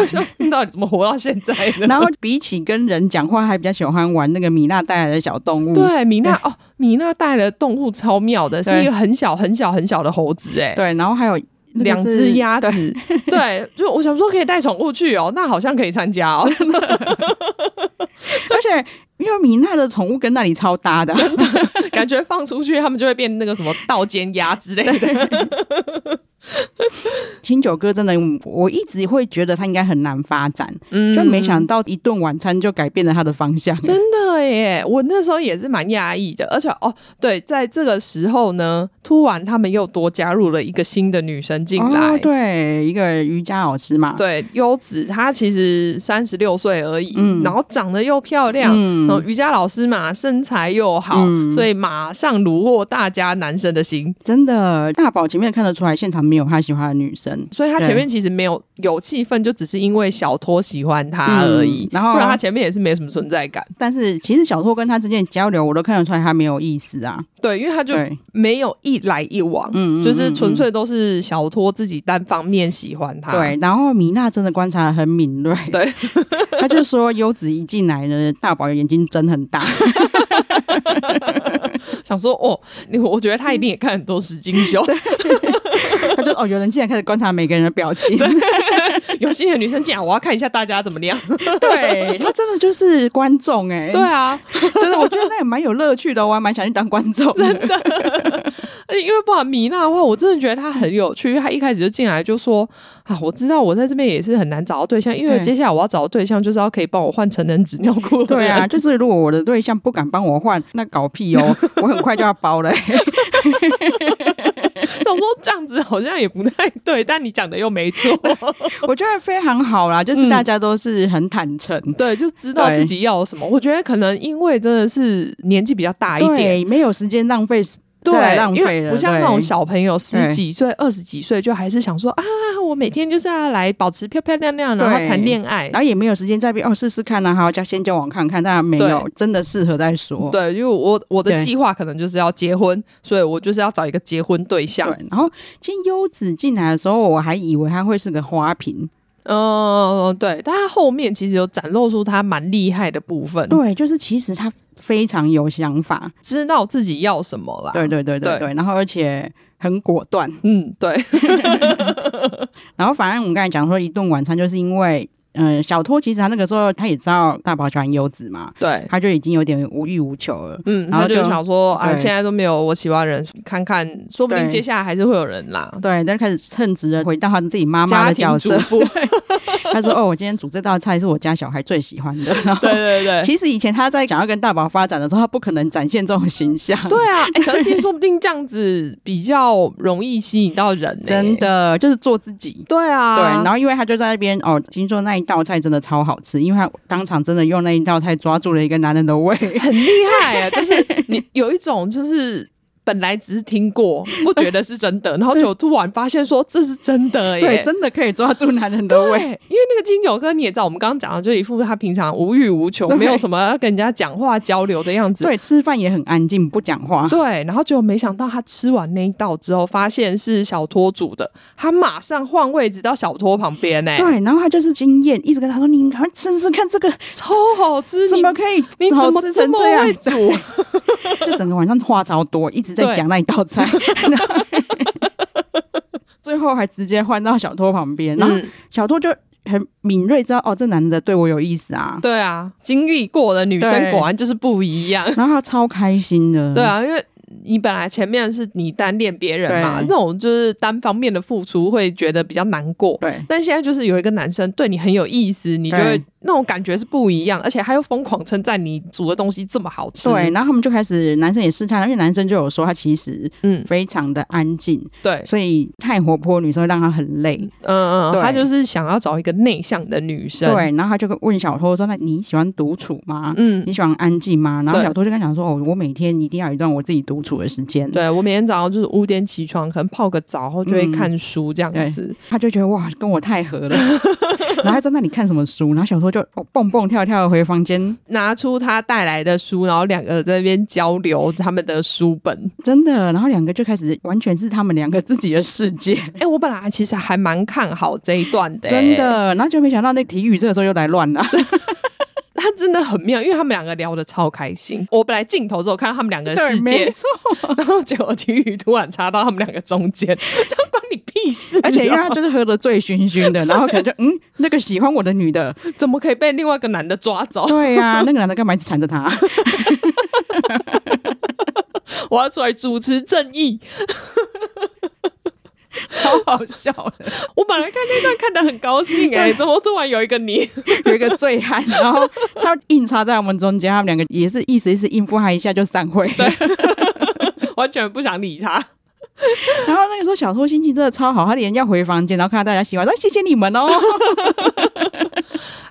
[SPEAKER 1] 到底怎么活到现在 的？
[SPEAKER 2] 然后比起跟人讲话，还比较喜欢玩那个米娜带来的小动物。
[SPEAKER 1] 对，米娜哦，米娜带了动物超妙的，
[SPEAKER 2] 对
[SPEAKER 1] 是一个很小很小很小的猴子、哎，
[SPEAKER 2] 对，然后还有那个
[SPEAKER 1] 两
[SPEAKER 2] 是
[SPEAKER 1] 只鸭子
[SPEAKER 2] 对，
[SPEAKER 1] 对，就我想说可以带宠物去哦，那好像可以参加哦，
[SPEAKER 2] 而且且因为米娜的宠物跟那里超搭的啊，
[SPEAKER 1] 感觉放出去他们就会变那个什么倒尖鸭之类的。
[SPEAKER 2] 清酒哥真的，我一直会觉得他应该很难发展，
[SPEAKER 1] 嗯
[SPEAKER 2] 就没想到一顿晚餐就改变了他的方向。
[SPEAKER 1] 真的耶，我那时候也是蛮讶异的，而且哦，对，在这个时候呢，突然他们又多加入了一个新的女生进来。
[SPEAKER 2] 哦，对，一个瑜伽老师嘛，，
[SPEAKER 1] 对，优子她其实三十六岁而已，
[SPEAKER 2] 嗯
[SPEAKER 1] 然后长得又漂亮，
[SPEAKER 2] 嗯
[SPEAKER 1] 然后瑜伽老师嘛，身材又好，
[SPEAKER 2] 嗯
[SPEAKER 1] 所以马上虏获大家男生的心。
[SPEAKER 2] 真的，大宝前面看得出来现场没有他喜欢的女生。
[SPEAKER 1] 所以他前面其实没有有气氛，就只是因为小托喜欢他而已。
[SPEAKER 2] 嗯然后
[SPEAKER 1] 不然他前面也是没什么存在感。
[SPEAKER 2] 但是其实小拓跟他之间的交流，我都看得出来他没有意思啊。
[SPEAKER 1] 对，因为他就
[SPEAKER 2] 对，
[SPEAKER 1] 没有一来一往，
[SPEAKER 2] 嗯嗯
[SPEAKER 1] 就是纯粹都是小托自己单方面喜欢他。
[SPEAKER 2] 对，然后米娜真的观察的很敏锐，
[SPEAKER 1] 对，
[SPEAKER 2] 他就说优子一进来呢，大宝眼睛睁很大，
[SPEAKER 1] 想说哦，你我觉得他一定也看很多石金 秀，
[SPEAKER 2] 他就哦，有人竟然开始观察每个人的表 情，
[SPEAKER 1] 有新的女生进来，我要看一下大家怎么样。
[SPEAKER 2] 对他真的就是观众哎、
[SPEAKER 1] 对，啊，
[SPEAKER 2] 就是我觉得那也蛮有乐趣的，我还蛮想去当观众的。
[SPEAKER 1] 而且因为不然米娜的话，我真的觉得她很有趣。因为她一开始就进来就说啊，我知道我在这边也是很难找到对象，因为
[SPEAKER 2] 对
[SPEAKER 1] 接下来我要找的对象就是要可以帮我换成人纸 尿裤。
[SPEAKER 2] 对啊，，就是如果我的对象不敢帮我换，那搞屁哦，我很快就要包了、
[SPEAKER 1] 想说这样子好像也不太对，但你讲的又没 错，
[SPEAKER 2] 我觉得非常好啦，就是大家都是很坦诚，
[SPEAKER 1] 嗯对，就知道自己要什么。我觉得可能因为真的是年纪比较大一点。
[SPEAKER 2] 对，没有时间浪费，
[SPEAKER 1] 对
[SPEAKER 2] 再来，浪
[SPEAKER 1] 因
[SPEAKER 2] 费
[SPEAKER 1] 为
[SPEAKER 2] 了，
[SPEAKER 1] 不像
[SPEAKER 2] 对
[SPEAKER 1] 那种小朋友十几岁、二十几岁，就还是想说啊，我每天就是要来保持漂漂亮亮，然后
[SPEAKER 2] 对
[SPEAKER 1] 谈恋爱。
[SPEAKER 2] 然后也没有时间再变哦，试试看啊，好，交先交往看看，但没有真的适合再说。
[SPEAKER 1] 对，因为我我的
[SPEAKER 2] 对
[SPEAKER 1] 计划可能就是要结婚，所以我就是要找一个结婚对
[SPEAKER 2] 对
[SPEAKER 1] 象。，
[SPEAKER 2] 然后其实优子进来的时候，我还以为他会是个花瓶，
[SPEAKER 1] 嗯，对，但他后面其实有展露出他蛮厉害的部分，
[SPEAKER 2] 对，就是其实他非常有想法，
[SPEAKER 1] 知道自己要什么啦。
[SPEAKER 2] 对，对对对
[SPEAKER 1] 对
[SPEAKER 2] 对，然后而且很果断，
[SPEAKER 1] 嗯，对，
[SPEAKER 2] 然后反正我们刚才讲说一顿晚餐，就是因为呃小托其实他那个时候他也知道大宝喜欢优子嘛，
[SPEAKER 1] 对，
[SPEAKER 2] 他就已经有点无欲无求了，
[SPEAKER 1] 嗯，
[SPEAKER 2] 然
[SPEAKER 1] 他
[SPEAKER 2] 后
[SPEAKER 1] 就
[SPEAKER 2] 就
[SPEAKER 1] 想说啊，
[SPEAKER 2] 对
[SPEAKER 1] 现在都没有我喜欢的人，看看，说不定
[SPEAKER 2] 对
[SPEAKER 1] 接下来还是会有人啦。
[SPEAKER 2] 对，他就开始称职的回到他自己妈妈的角色
[SPEAKER 1] 家，庭主妇，
[SPEAKER 2] 他说哦，我今天煮这道菜是我家小孩最喜欢 的，然后
[SPEAKER 1] 对对对。
[SPEAKER 2] 其实以前他在想要跟大宝发展的时候，他不可能展现这种形象。
[SPEAKER 1] 对 啊，哎可是其实说不定这样子比较容易吸引到人、呢。
[SPEAKER 2] 真。的就是做自己。
[SPEAKER 1] 对啊，
[SPEAKER 2] 对，然后因为他就在那边哦，听说那一道菜真的超好吃，因为他当场真的用那一道菜抓住了一个男人的胃。
[SPEAKER 1] 很厉害 啊，就是你有一种就是。本来只是听过，不觉得是 真的，然后就突然发现说这是真的耶，
[SPEAKER 2] 对，真的可以抓住男人的
[SPEAKER 1] 对，
[SPEAKER 2] 胃。
[SPEAKER 1] 因为那个金九哥你也知道，我们刚刚讲的就一副他平常无欲无求，
[SPEAKER 2] 对
[SPEAKER 1] 没有什么要跟人家讲话交流的样子，
[SPEAKER 2] 对，吃饭也很安静，不讲话。
[SPEAKER 1] 对，然后结果没想到他吃完那一道之后，发现是小托煮的，他马上换位置到小托旁边欸呢、
[SPEAKER 2] 对，然后他就是惊艳，一直跟他说：“你赶快吃吃看，这个
[SPEAKER 1] 超好吃，
[SPEAKER 2] 怎
[SPEAKER 1] 你
[SPEAKER 2] 么可以
[SPEAKER 1] 你怎
[SPEAKER 2] 好
[SPEAKER 1] 么
[SPEAKER 2] 吃
[SPEAKER 1] 这
[SPEAKER 2] 成
[SPEAKER 1] 么
[SPEAKER 2] 这
[SPEAKER 1] 会
[SPEAKER 2] 样
[SPEAKER 1] 煮？？”
[SPEAKER 2] 就整个晚上话超多，一直在
[SPEAKER 1] 对
[SPEAKER 2] 讲那一道菜。 最后还直接换到小托旁边，然后
[SPEAKER 1] 嗯，
[SPEAKER 2] 小托就很敏锐知道哦，这男的对我有意思啊，
[SPEAKER 1] 对啊，经历过的女生
[SPEAKER 2] 对
[SPEAKER 1] 果然就是不一样。
[SPEAKER 2] 然后他超开心的，
[SPEAKER 1] 对，啊，因为你本来前面是你单恋别人嘛，
[SPEAKER 2] 对
[SPEAKER 1] 那种就是单方面的付出会觉得比较难过。
[SPEAKER 2] 对
[SPEAKER 1] 但现在就是有一个男生对你很有意思，你就会
[SPEAKER 2] 对
[SPEAKER 1] 那种感觉是不一样，而且他又疯狂称赞你煮的东西这么好吃。
[SPEAKER 2] 对，，然后他们就开始，男生也试探，因为男生就有说他其实
[SPEAKER 1] 嗯，
[SPEAKER 2] 非常的安静，
[SPEAKER 1] 对，
[SPEAKER 2] 所以太活泼的女生会让他很累，
[SPEAKER 1] 嗯嗯，
[SPEAKER 2] 对
[SPEAKER 1] 他就是想要找一个内向的女生。，
[SPEAKER 2] 对，然后他就问小托说：“那你喜欢独处吗？”
[SPEAKER 1] 嗯，
[SPEAKER 2] 你喜欢安静吗？然后
[SPEAKER 1] 对
[SPEAKER 2] 小托就跟他讲说：“哦，我每天一定要有一段我自己独处的时间。”，
[SPEAKER 1] 对我每天早上就是五点起床，可能泡个澡，然后就会
[SPEAKER 2] 嗯
[SPEAKER 1] 看书这样
[SPEAKER 2] 对
[SPEAKER 1] 子。
[SPEAKER 2] 他就觉得哇，跟我太合 了。然后他说：“那你看什么书？”然后小托就、哦、蹦蹦跳跳地回房间，
[SPEAKER 1] 拿出他带来的书，然后两个在那边交流他们的书本。
[SPEAKER 2] 真的。然后两个就开始完全是他们两个自己的世界。
[SPEAKER 1] 哎、我本来其实还蛮看好这一段的、欸
[SPEAKER 2] 真，的，然后就没想到那体育这个时候又来乱了。
[SPEAKER 1] 他真的很妙，因为他们两个聊得超开心。我本来镜头之后看到他们两个的
[SPEAKER 2] 对，
[SPEAKER 1] 世
[SPEAKER 2] 没
[SPEAKER 1] 界，
[SPEAKER 2] 错。
[SPEAKER 1] 然后结果体育突然插到他们两个中间， 就关你屁事哦！
[SPEAKER 2] 而且因为他就是喝得醉醺醺的，然后可能就嗯，那个喜欢我的女的，
[SPEAKER 1] 怎么可以被另外一个男的抓走？
[SPEAKER 2] 对呀、那个男的干嘛一直缠着她？
[SPEAKER 1] 我要出来主持正 义。
[SPEAKER 2] 超好笑的，
[SPEAKER 1] 我本来看那段看得很高兴 哎、怎么突然有一个你？
[SPEAKER 2] 有一个醉汉，然后他硬插在我们中间，他们两个也是意思意思应付他一下就散会。
[SPEAKER 1] 完全不想理他。
[SPEAKER 2] 然后那个时候小偷心情真的超好，他连要回房间，然后看到大家喜欢，说谢谢你们哦。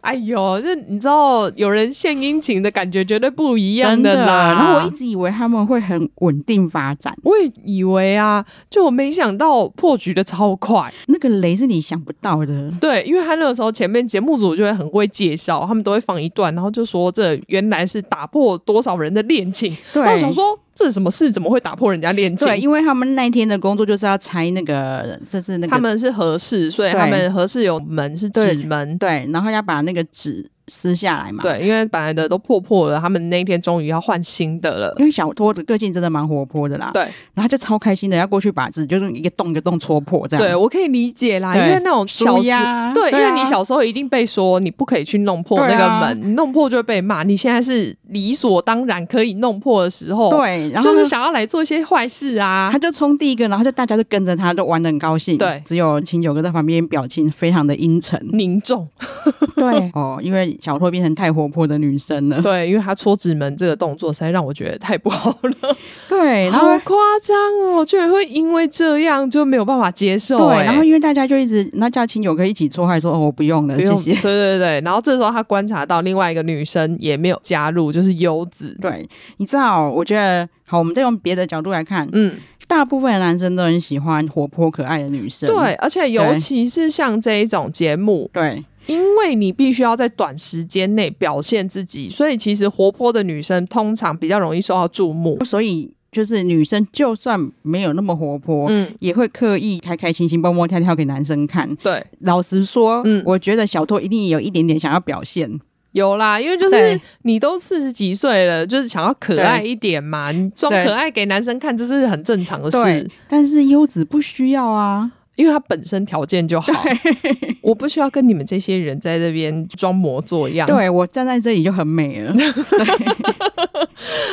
[SPEAKER 1] 哎呦，就你知道，有人献殷勤的感觉绝对不 一样
[SPEAKER 2] 真的
[SPEAKER 1] 啦。
[SPEAKER 2] 然后我一直以为他们会很稳定发展，
[SPEAKER 1] 我也以为啊，就我没想到破局的超快。
[SPEAKER 2] 那个雷是你想不到的。
[SPEAKER 1] 对，因为他那个时候前面节目组就会很会介绍，他们都会放一段，然后就说这原来是打破多少人的恋情。
[SPEAKER 2] 对
[SPEAKER 1] 那我想说，这是什么事？怎么会打破人家恋情？
[SPEAKER 2] 对，因为他们那一天的工作就是要拆那个，就是那个
[SPEAKER 1] 他们是合适，所以他
[SPEAKER 2] 对
[SPEAKER 1] 们合适有门是
[SPEAKER 2] 对
[SPEAKER 1] 纸门。
[SPEAKER 2] 对，然后要把那个纸撕下来嘛。，
[SPEAKER 1] 对，因为本来的都破破了，他们那一天终于要换新的了。
[SPEAKER 2] 因为小托的个性真的蛮活泼的啦，
[SPEAKER 1] 对，
[SPEAKER 2] 然后他就超开心的要过去把纸就是一个洞一个洞戳破这样。
[SPEAKER 1] 对，我可以理解啦，因
[SPEAKER 2] 对
[SPEAKER 1] 为那种小
[SPEAKER 2] 舒
[SPEAKER 1] 时
[SPEAKER 2] 压，
[SPEAKER 1] 对，因
[SPEAKER 2] 对啊
[SPEAKER 1] 为你小时候一定被说你不可以去弄破那
[SPEAKER 2] 对
[SPEAKER 1] 个
[SPEAKER 2] 啊
[SPEAKER 1] 门，你弄破就会被骂。你现在是理所当然可以弄破的时候，，
[SPEAKER 2] 对，然后
[SPEAKER 1] 就
[SPEAKER 2] 呢
[SPEAKER 1] 是想要来做一些坏事啊
[SPEAKER 2] 他。就冲第一个，然后就大家就跟着他，都玩的很高兴。
[SPEAKER 1] 对
[SPEAKER 2] 只有秦九哥在旁边表情非常的阴 沉。
[SPEAKER 1] 凝重，
[SPEAKER 2] 对，哦，因为小托变成太活泼的女生了。
[SPEAKER 1] 对，因为他戳纸门这个动作实在让我觉得太不好了，
[SPEAKER 2] 对，然后
[SPEAKER 1] 好。夸张哦！居然会因为这样就没有办法接受、
[SPEAKER 2] 对，
[SPEAKER 1] 哎
[SPEAKER 2] 然后因为大家就一直，那叫秦九哥一起做，他还说哦，我不用了，
[SPEAKER 1] 不
[SPEAKER 2] 谢
[SPEAKER 1] 用
[SPEAKER 2] 谢。
[SPEAKER 1] 对对对，然后这时候他观察到另外一个女生也没有加入，就是优子，
[SPEAKER 2] 对，你知道，我觉得好，我们再用别的角度来看，
[SPEAKER 1] 嗯，
[SPEAKER 2] 大部分的男生都很喜欢活泼可爱的女生。
[SPEAKER 1] 对，而且尤
[SPEAKER 2] 对
[SPEAKER 1] 其是像这一种节目，
[SPEAKER 2] 对
[SPEAKER 1] 因为你必须要在短时间内表现自己，所以其实活泼的女生通常比较容易受到注目。
[SPEAKER 2] 所以就是女生就算没有那么活泼，
[SPEAKER 1] 嗯，
[SPEAKER 2] 也会刻意开开心心、蹦蹦跳跳给男生看。
[SPEAKER 1] 对，
[SPEAKER 2] 老实说，
[SPEAKER 1] 嗯
[SPEAKER 2] 我觉得小托一定有一点点想要表现，
[SPEAKER 1] 有啦，因为就是
[SPEAKER 2] 对
[SPEAKER 1] 你都四十几岁了，就是想要可爱一点嘛，你装
[SPEAKER 2] 对
[SPEAKER 1] 可爱给男生看，这是很正常的事
[SPEAKER 2] 对，，但是优子不需要啊，
[SPEAKER 1] 因为他本身条件 就好。我不需要跟你们这些人在这边装模作样。，
[SPEAKER 2] 对我站在这里就很美 了，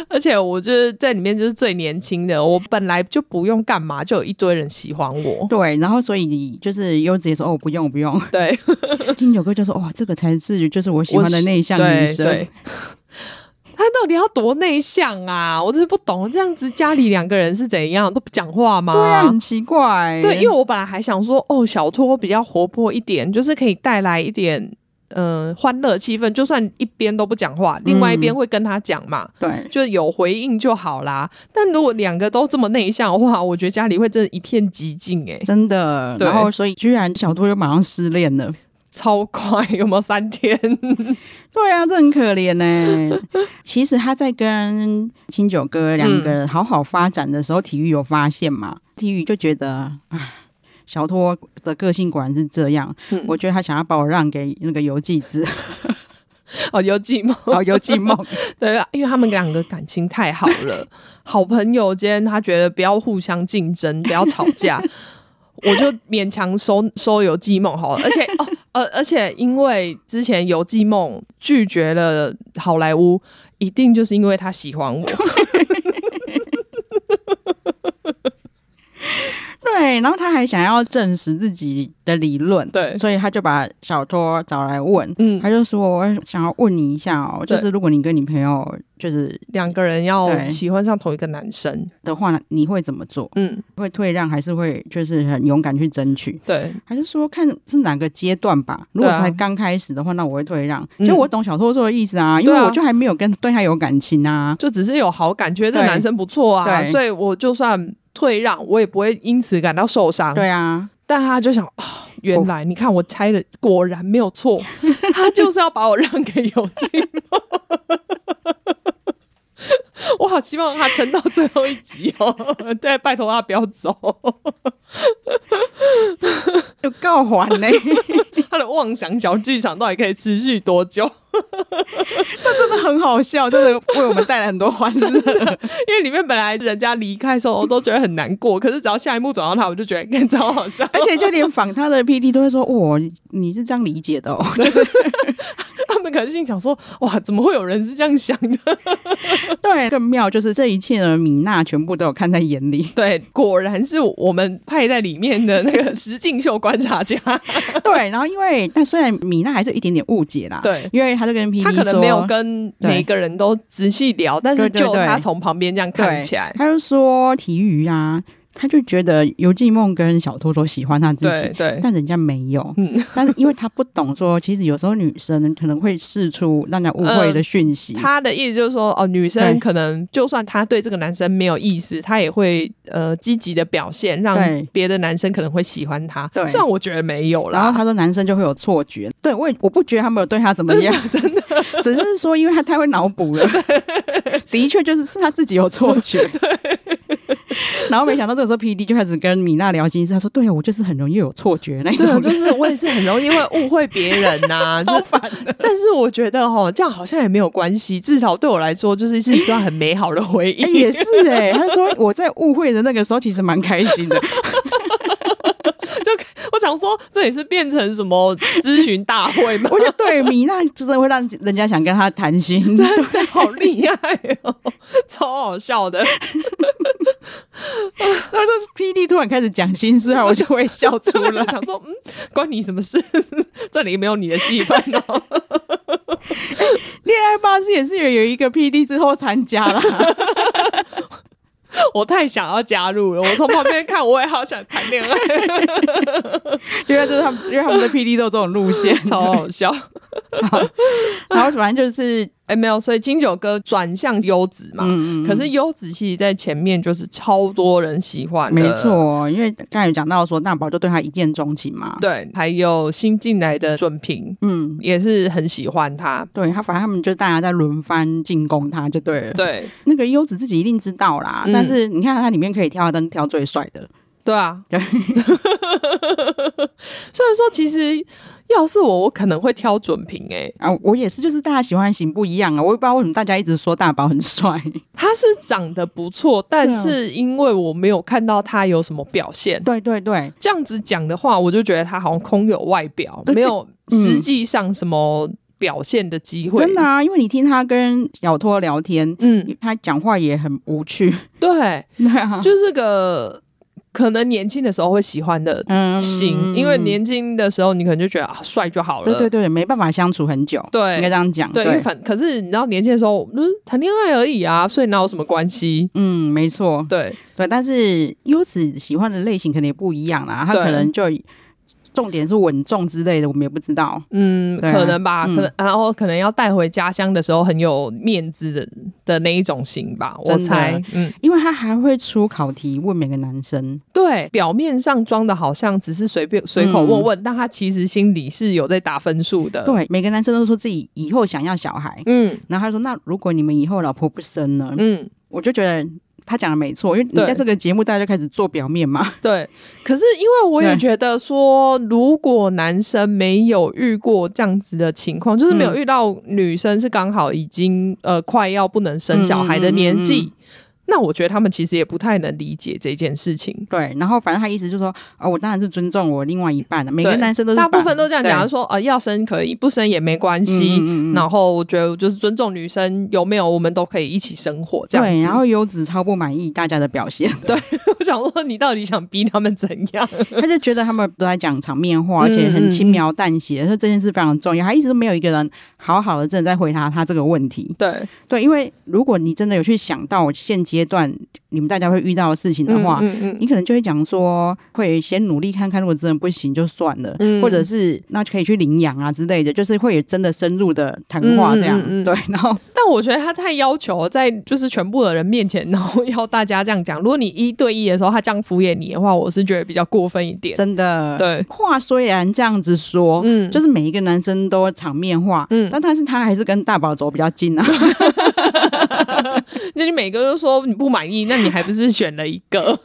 [SPEAKER 1] 而且我就是在里面就是最年轻的，我本来就不用干嘛，就有一堆人喜欢 我。
[SPEAKER 2] 对，然后所以你就是优子也说哦，我不用，我不 用，
[SPEAKER 1] 对，
[SPEAKER 2] 金九哥就说哇，这个才是就是我喜欢的内向女生，
[SPEAKER 1] 对对 他到底要多内向啊？我真是不懂，这样子家里两个人是怎样都不讲话吗？
[SPEAKER 2] 对啊，很奇怪，
[SPEAKER 1] 对，因为我本来还想说，哦，小托比较活泼一点，就是可以带来一点嗯、呃欢乐气氛，就算一边都不讲
[SPEAKER 2] 嗯
[SPEAKER 1] 话，另外一边会跟他讲嘛。
[SPEAKER 2] 对。
[SPEAKER 1] 就有回应就好啦，但如果两个都这么内向的话，我觉得家里会真的一片寂静哎、
[SPEAKER 2] 真的，
[SPEAKER 1] 对
[SPEAKER 2] 然后所以居然小托又马上失恋了，
[SPEAKER 1] 超快，有没有三天？
[SPEAKER 2] 对啊，这很可怜呢、 其实他在跟清酒哥两个人好好发展的时候，体育有发现嘛？体育就觉得啊。小托的个性果然是这样，
[SPEAKER 1] 嗯
[SPEAKER 2] 我觉得他想要把我让给那个游记之，
[SPEAKER 1] 哦，有寂寞，
[SPEAKER 2] 哦，游记 梦，
[SPEAKER 1] 对，啊因为他们两个感情太好了，好朋友间，他觉得不要互相竞争，不要吵架，我就勉强收收游记梦好了。而且哦，呃，而且因为之前游记梦拒绝了好莱坞，一定就是因为他喜欢我。
[SPEAKER 2] 对，然后他还想要证实自己的理论，
[SPEAKER 1] 对
[SPEAKER 2] 所以他就把小托找来问，
[SPEAKER 1] 嗯，
[SPEAKER 2] 他就说我想要问你一下哦，
[SPEAKER 1] 对
[SPEAKER 2] 就是如果你跟你朋友就是
[SPEAKER 1] 两个人要
[SPEAKER 2] 对
[SPEAKER 1] 喜欢上同一个男生，
[SPEAKER 2] 的话，你会怎么做？
[SPEAKER 1] 嗯，
[SPEAKER 2] 会退让还是会就是很勇敢去争取？
[SPEAKER 1] 对，
[SPEAKER 2] 还是说看是哪个阶段吧。如果
[SPEAKER 1] 对啊
[SPEAKER 2] 才刚开始的话，那我会退让。其
[SPEAKER 1] 嗯
[SPEAKER 2] 实我懂小托说的意思啊，因为
[SPEAKER 1] 对啊
[SPEAKER 2] 我就还没有跟对他有感情啊。
[SPEAKER 1] 就只是有好感，觉得这个
[SPEAKER 2] 对
[SPEAKER 1] 男生不错啊，
[SPEAKER 2] 对
[SPEAKER 1] 所以我就算退让，我也不会因此感到受伤。
[SPEAKER 2] 对啊，
[SPEAKER 1] 但他就想啊，原来你看我猜的果然没有 错，他就是要把我让给有进梦。 我好希望他撑到最后一集哦！ 对，拜托他不要走，
[SPEAKER 2] 有告还呢、
[SPEAKER 1] 他的妄想小剧场到底可以持续多久？
[SPEAKER 2] 那真的很好笑，真的为我们带来很多欢 乐。
[SPEAKER 1] 因为里面本来人家离开的时候，我都觉得很难过，可是只要下一幕转到他，我就觉得 更超好笑。
[SPEAKER 2] 而且就连访他的 PD 都会说：“哇，你是这样理解的哦。” 就是
[SPEAKER 1] 他们可能心里想说：“哇，怎么会有人是这样想的。
[SPEAKER 2] 对，更妙就是这一切呢，米娜全部都有看在眼里？”
[SPEAKER 1] 对，果然是我们派在里面的那 个石敬秀观察家，
[SPEAKER 2] 对，然后因为但虽然米娜还是有一点点误解啦，
[SPEAKER 1] 对
[SPEAKER 2] 因为他就跟 PD
[SPEAKER 1] 他可能没有
[SPEAKER 2] 说
[SPEAKER 1] 跟
[SPEAKER 2] 对
[SPEAKER 1] 每一个人都仔细聊，但是
[SPEAKER 2] 对对
[SPEAKER 1] 就
[SPEAKER 2] 对
[SPEAKER 1] 他从旁边这样看
[SPEAKER 2] 对
[SPEAKER 1] 起来，
[SPEAKER 2] 他就说体育啊，他就觉得尤继梦跟小兔都喜欢他自
[SPEAKER 1] 对
[SPEAKER 2] 己，
[SPEAKER 1] 对，
[SPEAKER 2] 但人家没有。
[SPEAKER 1] 嗯，
[SPEAKER 2] 但是因为他不懂说，其实有时候女生可能会试出让人家误会的讯息。
[SPEAKER 1] 嗯他的意思就是说，哦，女
[SPEAKER 2] 对
[SPEAKER 1] 生可能就算她对这个男生没有意思，她也会呃积极的表现，让
[SPEAKER 2] 对
[SPEAKER 1] 别的男生可能会喜欢她。
[SPEAKER 2] 对啊
[SPEAKER 1] 虽然我觉得没有
[SPEAKER 2] 然后
[SPEAKER 1] 啦，
[SPEAKER 2] 他说男生就会有错觉，对我也我不觉得他们有对他怎么 样，真的，只是说因为他太会脑补了，的确就是是他自己有错 觉。然后没想到这个时候，P D 就开始跟米娜聊心事，他说：“对啊，我就是很容易有错觉那一
[SPEAKER 1] 对
[SPEAKER 2] 种
[SPEAKER 1] 啊，
[SPEAKER 2] 人，
[SPEAKER 1] 就是我也是很容易会误会别人 呐、
[SPEAKER 2] 超
[SPEAKER 1] 就
[SPEAKER 2] 烦的。
[SPEAKER 1] 但是我觉得哈，这样好像也没有关系，至少对我来说，就是是一段很美好的回忆。
[SPEAKER 2] 哎、也是哎、他说我在误会的那个时候其实蛮开心 的，
[SPEAKER 1] 我想说，这也是变成什么咨询大会吗？
[SPEAKER 2] 我觉得对米娜真的会让人家想跟他谈心，
[SPEAKER 1] 好厉害哦，超好笑的。
[SPEAKER 2] 他说霹雳突然开始讲心事，然后我就会笑出来
[SPEAKER 1] 。想说，嗯，关你什么事？ 这里没有你的戏份哦。
[SPEAKER 2] 恋爱巴士也是有有一个 P D 之后参加 了，
[SPEAKER 1] 我太想要加入了，我从旁边看，我也好想谈恋爱，
[SPEAKER 2] 因为就是他们，因为他们的 P D 都有这种路线，
[SPEAKER 1] 超好笑。
[SPEAKER 2] 然后反正就是，
[SPEAKER 1] 哎、没有，所以金九哥转向优子嘛。
[SPEAKER 2] 嗯
[SPEAKER 1] 可是优子其实，在前面就是超多人喜欢，
[SPEAKER 2] 没。错，因为刚才有讲到说大宝就对他一见钟情嘛，
[SPEAKER 1] 对，还有新进来的准平
[SPEAKER 2] 嗯，
[SPEAKER 1] 也是很喜欢他。
[SPEAKER 2] 对他，反正他们就大家在轮番进攻他就对了。
[SPEAKER 1] 对，
[SPEAKER 2] 那个优子自己一定知道啦，
[SPEAKER 1] 嗯
[SPEAKER 2] 但是你看他里面可以挑灯挑最帅的，
[SPEAKER 1] 对啊。
[SPEAKER 2] 对
[SPEAKER 1] 虽然说，其实要是我，我可能会挑准平、哎，
[SPEAKER 2] 啊，我也是，就是大家喜欢型不一样啊，我也不知道为什么大家一直说大宝很帅，
[SPEAKER 1] 他是长得不错，但
[SPEAKER 2] 啊
[SPEAKER 1] 是因为我没有看到他有什么表现，
[SPEAKER 2] 对对对，
[SPEAKER 1] 这样子讲的话，我就觉得他好像空有外表，
[SPEAKER 2] 而且嗯
[SPEAKER 1] 没有实际上什么表现的机 会。
[SPEAKER 2] 真的，啊，因为你听他跟小托聊天，
[SPEAKER 1] 嗯，
[SPEAKER 2] 他讲话也很无 趣，
[SPEAKER 1] 对，
[SPEAKER 2] 对啊，
[SPEAKER 1] 就是个可能年轻的时候会喜欢的
[SPEAKER 2] 嗯
[SPEAKER 1] 型，因为年轻的时候你可能就觉得啊帅就好了，
[SPEAKER 2] 对对对，没办法相处很久，
[SPEAKER 1] 对
[SPEAKER 2] 应该这样讲，
[SPEAKER 1] 对因为反可是你知道年轻的时候嗯谈恋爱而已啊，所以哪有什么关系？
[SPEAKER 2] 嗯，没错，
[SPEAKER 1] 对
[SPEAKER 2] 对，但是优子喜欢的类型可能也不一样啦，他
[SPEAKER 1] 对
[SPEAKER 2] 可能就重点是稳重之类的，我们也不知道。
[SPEAKER 1] 嗯，
[SPEAKER 2] 对啊
[SPEAKER 1] 可能吧，
[SPEAKER 2] 嗯
[SPEAKER 1] 可能，然后可能要带回家乡的时候很有面子的的那一种型吧，我
[SPEAKER 2] 真的
[SPEAKER 1] 猜，嗯，
[SPEAKER 2] 因为他还会出考题问每个男生，
[SPEAKER 1] 对，表面上装的好像只是随便随口问问，但他其实心里是有在打分数的，，
[SPEAKER 2] 嗯对，每个男生都说自己以后想要小孩，
[SPEAKER 1] 嗯
[SPEAKER 2] 然后他说：“那如果你们以后老婆不生呢？”
[SPEAKER 1] 嗯，
[SPEAKER 2] 我就觉得他讲的没错，因为你
[SPEAKER 1] 对
[SPEAKER 2] 在这个节目大家就开始做表面嘛，
[SPEAKER 1] 对。可是因为我也
[SPEAKER 2] 对
[SPEAKER 1] 觉得说，如果男生没有遇过这样子的情况，就是没
[SPEAKER 2] 嗯
[SPEAKER 1] 有遇到女生是刚好已经呃快要不能生小孩的年
[SPEAKER 2] 嗯
[SPEAKER 1] 纪。那我觉得他们其实也不太能理解这件事情，
[SPEAKER 2] 对，然后反正他意思就是说，哦，我当然是尊重我另外一半的，啊每个
[SPEAKER 1] 对
[SPEAKER 2] 男生都是
[SPEAKER 1] 大部
[SPEAKER 2] 把
[SPEAKER 1] 分都这样讲，
[SPEAKER 2] 对
[SPEAKER 1] 就说呃要生可以，不生也没关系。
[SPEAKER 2] 嗯嗯嗯嗯
[SPEAKER 1] 然后我觉得就是尊重女生有没有，我们都可以一起生活这样子。
[SPEAKER 2] 对，然后优子超不满意大家的表现，
[SPEAKER 1] 我想说，你到底想逼他们怎样？
[SPEAKER 2] 他就觉得他们都在讲场面话，
[SPEAKER 1] 嗯
[SPEAKER 2] 而且很轻
[SPEAKER 1] 嗯
[SPEAKER 2] 描淡写，说这件事非常重要。他一直都没有一个人好好的真的在回答他这个问题。
[SPEAKER 1] 对，
[SPEAKER 2] 对，因为如果你真的有去想到现阶段你们大家会遇到的事情的话，
[SPEAKER 1] 嗯嗯
[SPEAKER 2] 你可能就会讲说，会先努力看看，如果真的不行就算了，
[SPEAKER 1] 嗯
[SPEAKER 2] 或者是那就可以去领养啊之类的，就是会有真的深入的谈话这样。
[SPEAKER 1] 嗯嗯嗯嗯
[SPEAKER 2] 对，然后
[SPEAKER 1] 但我觉得他太要求在就是全部的人面前，然后要大家这样讲。如果你一对一的时候，他这样敷衍你的话，我是觉得比较过分一点。
[SPEAKER 2] 真的，
[SPEAKER 1] 对，
[SPEAKER 2] 话虽然这样子说，
[SPEAKER 1] 嗯，
[SPEAKER 2] 就是每一个男生都场面化，
[SPEAKER 1] 嗯
[SPEAKER 2] 但但是他还是跟大宝走比较近啊。
[SPEAKER 1] 那你每个都说你不满意，那你还不是选了一个？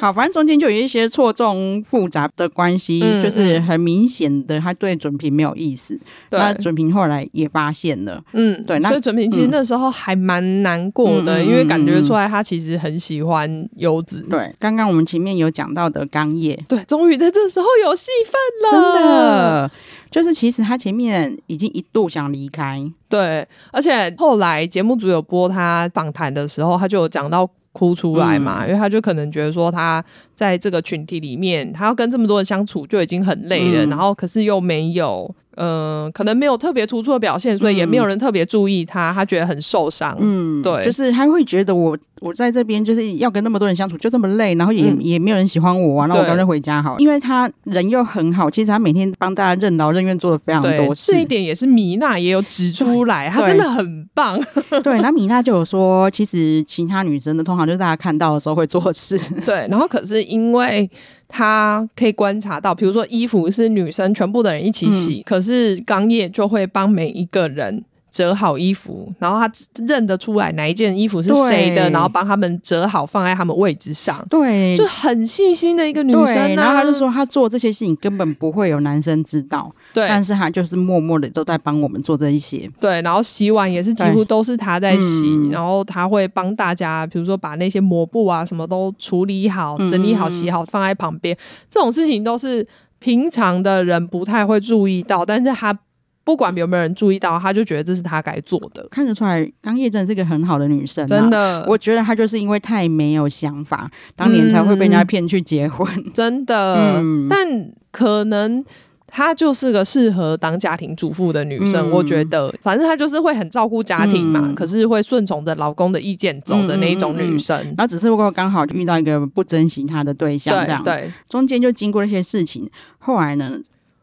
[SPEAKER 2] 好，反正中间就有一些错综复杂的关系，
[SPEAKER 1] 嗯
[SPEAKER 2] 就是很明显的，他对准平没有意思。那
[SPEAKER 1] 对，
[SPEAKER 2] 准平后来也发现了，
[SPEAKER 1] 嗯，
[SPEAKER 2] 对那
[SPEAKER 1] 所以准平其实那时候还蛮难过的，
[SPEAKER 2] 嗯嗯
[SPEAKER 1] 因为感觉出来他其实很喜欢游子。
[SPEAKER 2] 对，刚刚我们前面有讲到的刚叶，
[SPEAKER 1] 对，终于在这时候有戏份
[SPEAKER 2] 真
[SPEAKER 1] 了，。
[SPEAKER 2] 的就是其实他前面已经一度想离开，
[SPEAKER 1] 对，而且后来节目组有播他访谈的时候，他就有讲到哭出来嘛，
[SPEAKER 2] 嗯
[SPEAKER 1] 因为他就可能觉得说他在这个群体里面，他要跟这么多人相处就已经很累了，
[SPEAKER 2] 嗯
[SPEAKER 1] 然后可是又没有。嗯，可能没有特别突出的表现，所以也没有人特别注意他，他觉得很受伤。
[SPEAKER 2] 嗯，
[SPEAKER 1] 对
[SPEAKER 2] 就是他会觉得我我在这边就是要跟那么多人相处，就这么累，然后也、
[SPEAKER 1] 嗯
[SPEAKER 2] 也没有人喜欢我啊，那我
[SPEAKER 1] 对
[SPEAKER 2] 干脆回家好了，因为他人又很好，其实他每天帮大家任劳任怨做了非常
[SPEAKER 1] 对
[SPEAKER 2] 多，事
[SPEAKER 1] 这，一点也是米娜也有指出来，她真的很棒。
[SPEAKER 2] 对，然后米娜就有说，其实其他女生的通常就是大家看到的时候会做的事，
[SPEAKER 1] 对，然后可是因为他可以观察到，比如说衣服是女生全部的人一
[SPEAKER 2] 嗯
[SPEAKER 1] 起洗，可是刚叶就会帮每一个人。折好衣服，然后他认得出来哪一件衣服是谁的，
[SPEAKER 2] 对
[SPEAKER 1] 然后帮他们折好放在他们位置上，
[SPEAKER 2] 对
[SPEAKER 1] 就。很细心的一个女生、啊。
[SPEAKER 2] 对，然后他就，说，他做这些事情根本不会有男生知道，
[SPEAKER 1] 对
[SPEAKER 2] 但是他就是默默的都在帮我们做这一些。
[SPEAKER 1] 对，然后洗碗也是几乎都是她在洗，
[SPEAKER 2] 嗯
[SPEAKER 1] 然后她会帮大家，比如说把那些抹布啊什么都处理好、整理好、
[SPEAKER 2] 嗯
[SPEAKER 1] 洗好，放在旁边。这种事情都是平常的人不太会注意到，但是她不管有没有人注意到，她就觉得这是她该做的，
[SPEAKER 2] 看得出来，刚叶真的是个很好的女生、啊，
[SPEAKER 1] 真。的，
[SPEAKER 2] 我觉得她就是因为太没有想法，当年才会被人家骗去结婚。
[SPEAKER 1] 真的，
[SPEAKER 2] 嗯
[SPEAKER 1] 但可能。她就是个适合当家庭主妇的女生，
[SPEAKER 2] 嗯
[SPEAKER 1] 我觉得，反正她就是会很照顾家庭嘛，
[SPEAKER 2] 嗯
[SPEAKER 1] 可是会顺从着老公的意见走的那一种女生。
[SPEAKER 2] 然后只是如果刚好遇到一个不珍惜她的对象，这样
[SPEAKER 1] 对对，
[SPEAKER 2] 中间就经过那些事情。后来呢，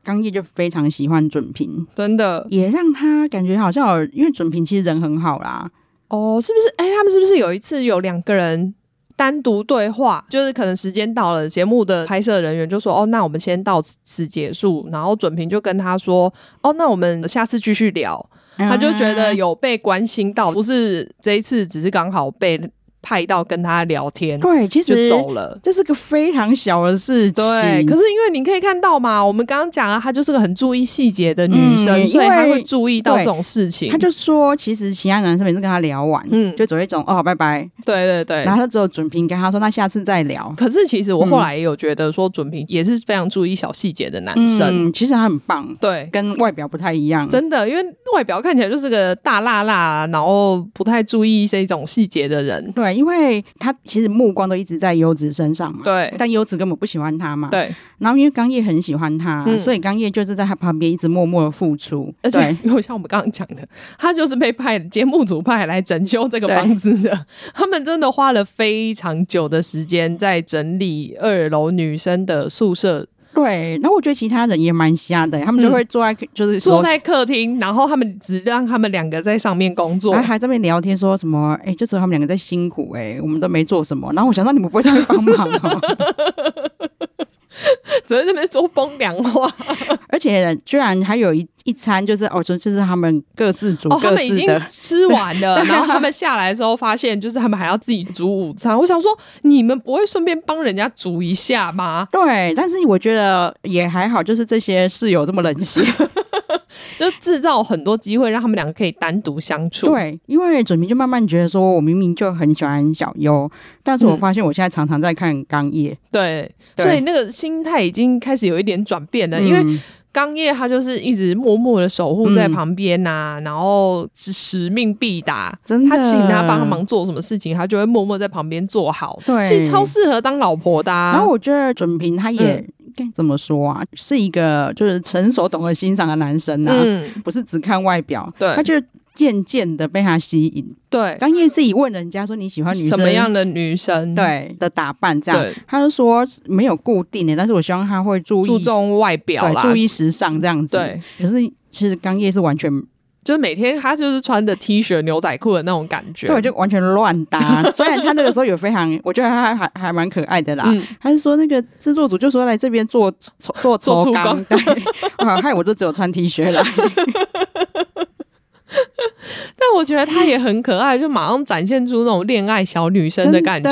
[SPEAKER 2] 刚叶就非常喜欢准平，
[SPEAKER 1] 真的
[SPEAKER 2] 也让他感觉好像有，因为准平其实人很好啦，
[SPEAKER 1] 哦，是不是？哎、他们是不是有一次有两个人单独对话？就是可能时间到了，节目的拍摄人员就说：“哦，那我们先到此结束。”然后准平就跟他说：“哦，那我们下次继续聊。”他就觉得
[SPEAKER 2] 嗯
[SPEAKER 1] 有被关心到，不是这一次只是刚好被派到跟他聊天
[SPEAKER 2] 对，其
[SPEAKER 1] 就
[SPEAKER 2] 实
[SPEAKER 1] 走了。
[SPEAKER 2] 这是个非常小的事情，
[SPEAKER 1] 对，可是因为你可以看到嘛，我们刚刚讲啊了，她就是个很注意细节的女
[SPEAKER 2] 嗯
[SPEAKER 1] 生，所以
[SPEAKER 2] 因为
[SPEAKER 1] 她会注意到
[SPEAKER 2] 对
[SPEAKER 1] 这种事情
[SPEAKER 2] 他。就说，其实其他男生每次跟他聊完，
[SPEAKER 1] 嗯
[SPEAKER 2] 就只会一种哦拜拜，
[SPEAKER 1] 对对对，
[SPEAKER 2] 然后他只有准平跟他说，那下次再聊。
[SPEAKER 1] 可是其实我后来也有觉得说，准平也是非常注意小细节的男生，
[SPEAKER 2] 嗯，其实他很棒，
[SPEAKER 1] 对。
[SPEAKER 2] 跟外表不太一样。
[SPEAKER 1] 真的，因为外表看起来就是个大辣辣，然后不太注意这种细节的人。
[SPEAKER 2] 对，因为他其实目光都一直在优子身上嘛。
[SPEAKER 1] 对
[SPEAKER 2] 但优子根本不喜欢他嘛。。
[SPEAKER 1] 对，
[SPEAKER 2] 然后因为刚叶很喜欢他，
[SPEAKER 1] 嗯
[SPEAKER 2] 所以刚叶就是在他旁边一直默默的付出。
[SPEAKER 1] 而且
[SPEAKER 2] 对
[SPEAKER 1] 因为像我们刚刚讲的，他就是被派节目组派来整修这个
[SPEAKER 2] 对
[SPEAKER 1] 房子的。他们真的花了非常久的时间在整理二楼女生的宿舍，
[SPEAKER 2] 对。然后我觉得其他人也蛮瞎的，他们就会坐在、就是
[SPEAKER 1] 嗯坐
[SPEAKER 2] 说。
[SPEAKER 1] 在客厅，然后他们只让他们两个在上面工 作
[SPEAKER 2] 然后。哎还在那边聊天，说什么？哎、就只有他们两个在辛苦、哎，我们都没做什么。然后我想到你们不会上去帮忙、 哦，
[SPEAKER 1] 只是在那边说风凉话，
[SPEAKER 2] 而且居然还有一一餐，就是哦，就就是他们各自煮
[SPEAKER 1] 哦，他
[SPEAKER 2] 各
[SPEAKER 1] 们已
[SPEAKER 2] 自
[SPEAKER 1] 经
[SPEAKER 2] 的，啊
[SPEAKER 1] 吃 完了，然后他们下来的时候发现，就是他们还要自己煮午餐。我想说，你们不会顺便帮人家煮一 下吗？
[SPEAKER 2] 对，但是我觉得也还好，就是这些室友这么冷 血。
[SPEAKER 1] 就制造很多机会让他们两个可以单独相处。，
[SPEAKER 2] 对，因为准明就慢慢觉得说，我明明就很喜欢小优，但是我
[SPEAKER 1] 嗯
[SPEAKER 2] 发现我现在常常在看刚叶，
[SPEAKER 1] 对，
[SPEAKER 2] 对
[SPEAKER 1] 所以那个心态已经开始有一点转变了，因为
[SPEAKER 2] 嗯
[SPEAKER 1] 刚叶他就是一直默默的守护在旁边呐、然后使命必达。
[SPEAKER 2] 嗯真的
[SPEAKER 1] 他请他帮他，忙做什么事情，他就会默默在旁边做好。
[SPEAKER 2] 对
[SPEAKER 1] 其实超适合当老婆的、啊。嗯
[SPEAKER 2] 然后我觉得准平他也该怎么说啊，是一个就是成熟懂得欣赏的男生啊，
[SPEAKER 1] 嗯，
[SPEAKER 2] 不是只看外表，
[SPEAKER 1] 对
[SPEAKER 2] 他就渐渐的被他吸引。
[SPEAKER 1] 对，
[SPEAKER 2] 刚叶自己问人家说你喜欢女生
[SPEAKER 1] 什么样的女生？
[SPEAKER 2] 对的打扮这样
[SPEAKER 1] 对，
[SPEAKER 2] 他就说没有固定的，但是我希望他会注意
[SPEAKER 1] 注重外表
[SPEAKER 2] 对
[SPEAKER 1] 啦，
[SPEAKER 2] 注意时尚这样子。
[SPEAKER 1] 对，
[SPEAKER 2] 可是其实刚叶是完全
[SPEAKER 1] 就是每天她就是穿的 T 恤、牛仔裤的那种感觉。
[SPEAKER 2] 对，就完全乱搭。 虽然他那个时候有非常，我觉得他还还还蛮可爱的啦。
[SPEAKER 1] 嗯
[SPEAKER 2] 他是说那个制作组就说来这边做做
[SPEAKER 1] 做 粗
[SPEAKER 2] 钢，对，啊害我都只有穿 T 恤来。
[SPEAKER 1] 但我觉得她也很可爱，就马上展现出那种恋爱小女生
[SPEAKER 2] 真
[SPEAKER 1] 的感觉。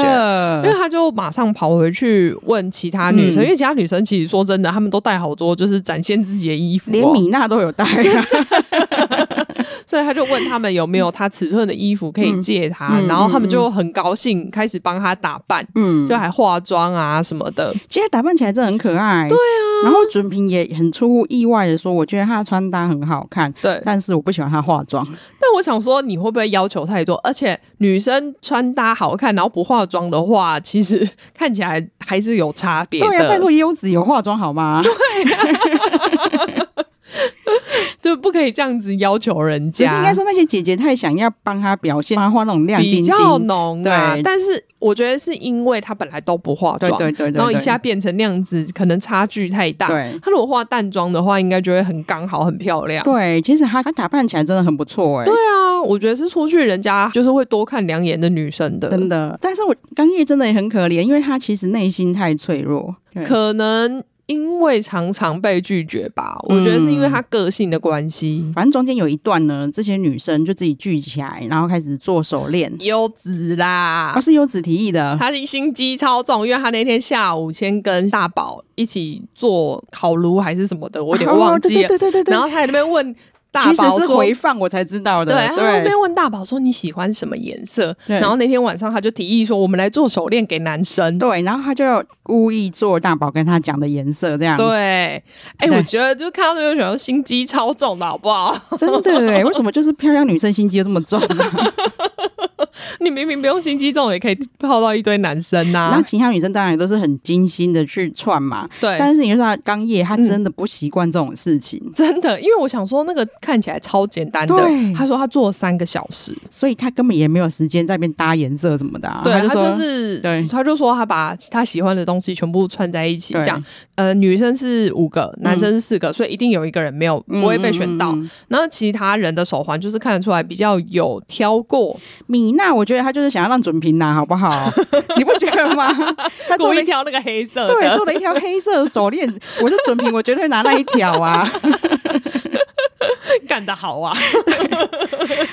[SPEAKER 1] 因为
[SPEAKER 2] 觉。
[SPEAKER 1] 她就马上跑回去问其他女生，
[SPEAKER 2] 嗯
[SPEAKER 1] 因为其他女生其实说真的，她们都带好多就是展现自己的衣服、
[SPEAKER 2] 连
[SPEAKER 1] 哦，
[SPEAKER 2] 米娜都有带、啊，
[SPEAKER 1] 所以她就问她们有没有她尺寸的衣服可以借她，
[SPEAKER 2] 嗯嗯
[SPEAKER 1] 然后她们就很高兴，开始帮她打扮，
[SPEAKER 2] 嗯，
[SPEAKER 1] 就还化妆啊什么的。
[SPEAKER 2] 其实打扮起来真的很可爱，对啊。然后准平也很出乎意外的说，我觉得她的穿搭很好看，
[SPEAKER 1] 对，
[SPEAKER 2] 但是我不喜欢她化妆。
[SPEAKER 1] 但我想说，你会不会要求太多？而且女生穿搭好看，然后不化妆的话，其实看起来还是有差别的。
[SPEAKER 2] 对呀、啊拜托优子有啊化妆好吗？
[SPEAKER 1] 就不可以这样子要求人
[SPEAKER 2] 只
[SPEAKER 1] 家。
[SPEAKER 2] 是应该说那些姐姐太想要帮她表现，帮她化那种亮
[SPEAKER 1] 比
[SPEAKER 2] 晶晶。
[SPEAKER 1] 较浓啊
[SPEAKER 2] 对，
[SPEAKER 1] 但是我觉得是因为她本来都不化
[SPEAKER 2] 对
[SPEAKER 1] 妆，
[SPEAKER 2] 对对对对，
[SPEAKER 1] 然后一下变成那样子，可能差距太大。
[SPEAKER 2] 对
[SPEAKER 1] 她如果化淡妆的话，应该就会很刚好，很漂亮。
[SPEAKER 2] 对，其实她她打扮起来真的很不错哎、
[SPEAKER 1] 对啊，我觉得是出去人家就是会多看两眼的女生的，
[SPEAKER 2] 真的。但是我刚叶真的也很可怜，因为她其实内心太脆弱。对
[SPEAKER 1] 可能因为常常被拒绝吧，我觉得是因为她个性的关系。
[SPEAKER 2] 反正中间有一段呢，这些女生就自己聚起来，然后开始做手链。
[SPEAKER 1] 优子啦
[SPEAKER 2] 啊，，是优子提议的，
[SPEAKER 1] 她的心机超重，因为她那天下午先跟大宝一起做烤炉还是什么的，我有点忘记
[SPEAKER 2] 哦
[SPEAKER 1] 了。
[SPEAKER 2] 对对对对对，
[SPEAKER 1] 然后她还在那边问大
[SPEAKER 2] 其实
[SPEAKER 1] 宝
[SPEAKER 2] 是
[SPEAKER 1] 说
[SPEAKER 2] 回。放我才知道的，
[SPEAKER 1] 对，她在那
[SPEAKER 2] 对啊
[SPEAKER 1] 边问大宝说你喜欢什么颜色？
[SPEAKER 2] 对
[SPEAKER 1] 然后那天晚上她就提议说，我们来做手链给男生。
[SPEAKER 2] 对，然后他就故意做大宝跟他讲的颜色这样，
[SPEAKER 1] 对，哎、
[SPEAKER 2] 对
[SPEAKER 1] 我觉得就看到这个选手心机超重的好不好？
[SPEAKER 2] 真的哎，为什么就是漂亮女生心机又这么重啊？
[SPEAKER 1] 你明明不用心机重，也可以泡到一堆男生啊呐、
[SPEAKER 2] 那其他女生当然也都是很精心的去串嘛，
[SPEAKER 1] 对，
[SPEAKER 2] 但是你说她刚叶，她真的不习惯这种事情，
[SPEAKER 1] 真的，因为我想说那个看起来超简单的
[SPEAKER 2] 对，
[SPEAKER 1] 他说他做了三个小时，
[SPEAKER 2] 所以她根本也没有时间在那边搭颜色什么的、啊，
[SPEAKER 1] 对
[SPEAKER 2] 她就
[SPEAKER 1] 他
[SPEAKER 2] 说
[SPEAKER 1] 就是，
[SPEAKER 2] 对
[SPEAKER 1] 他就说他把他喜欢的东西全部串在一起，
[SPEAKER 2] 对嗯
[SPEAKER 1] 这样，呃，女生是五个，男生是四个，所以一定有一个人没有不会被选到
[SPEAKER 2] 嗯。嗯嗯嗯
[SPEAKER 1] 那其他人的手环就是看得出来比较有挑过，
[SPEAKER 2] 米娜，我觉得她就是想要让准平拿，好不 好？你不觉得吗？她做
[SPEAKER 1] 故
[SPEAKER 2] 了
[SPEAKER 1] 意
[SPEAKER 2] 一
[SPEAKER 1] 挑那个黑色
[SPEAKER 2] 对，
[SPEAKER 1] 的。
[SPEAKER 2] 做了一条黑色的手链，我是准平，我绝对拿那一条啊。
[SPEAKER 1] 干得好啊！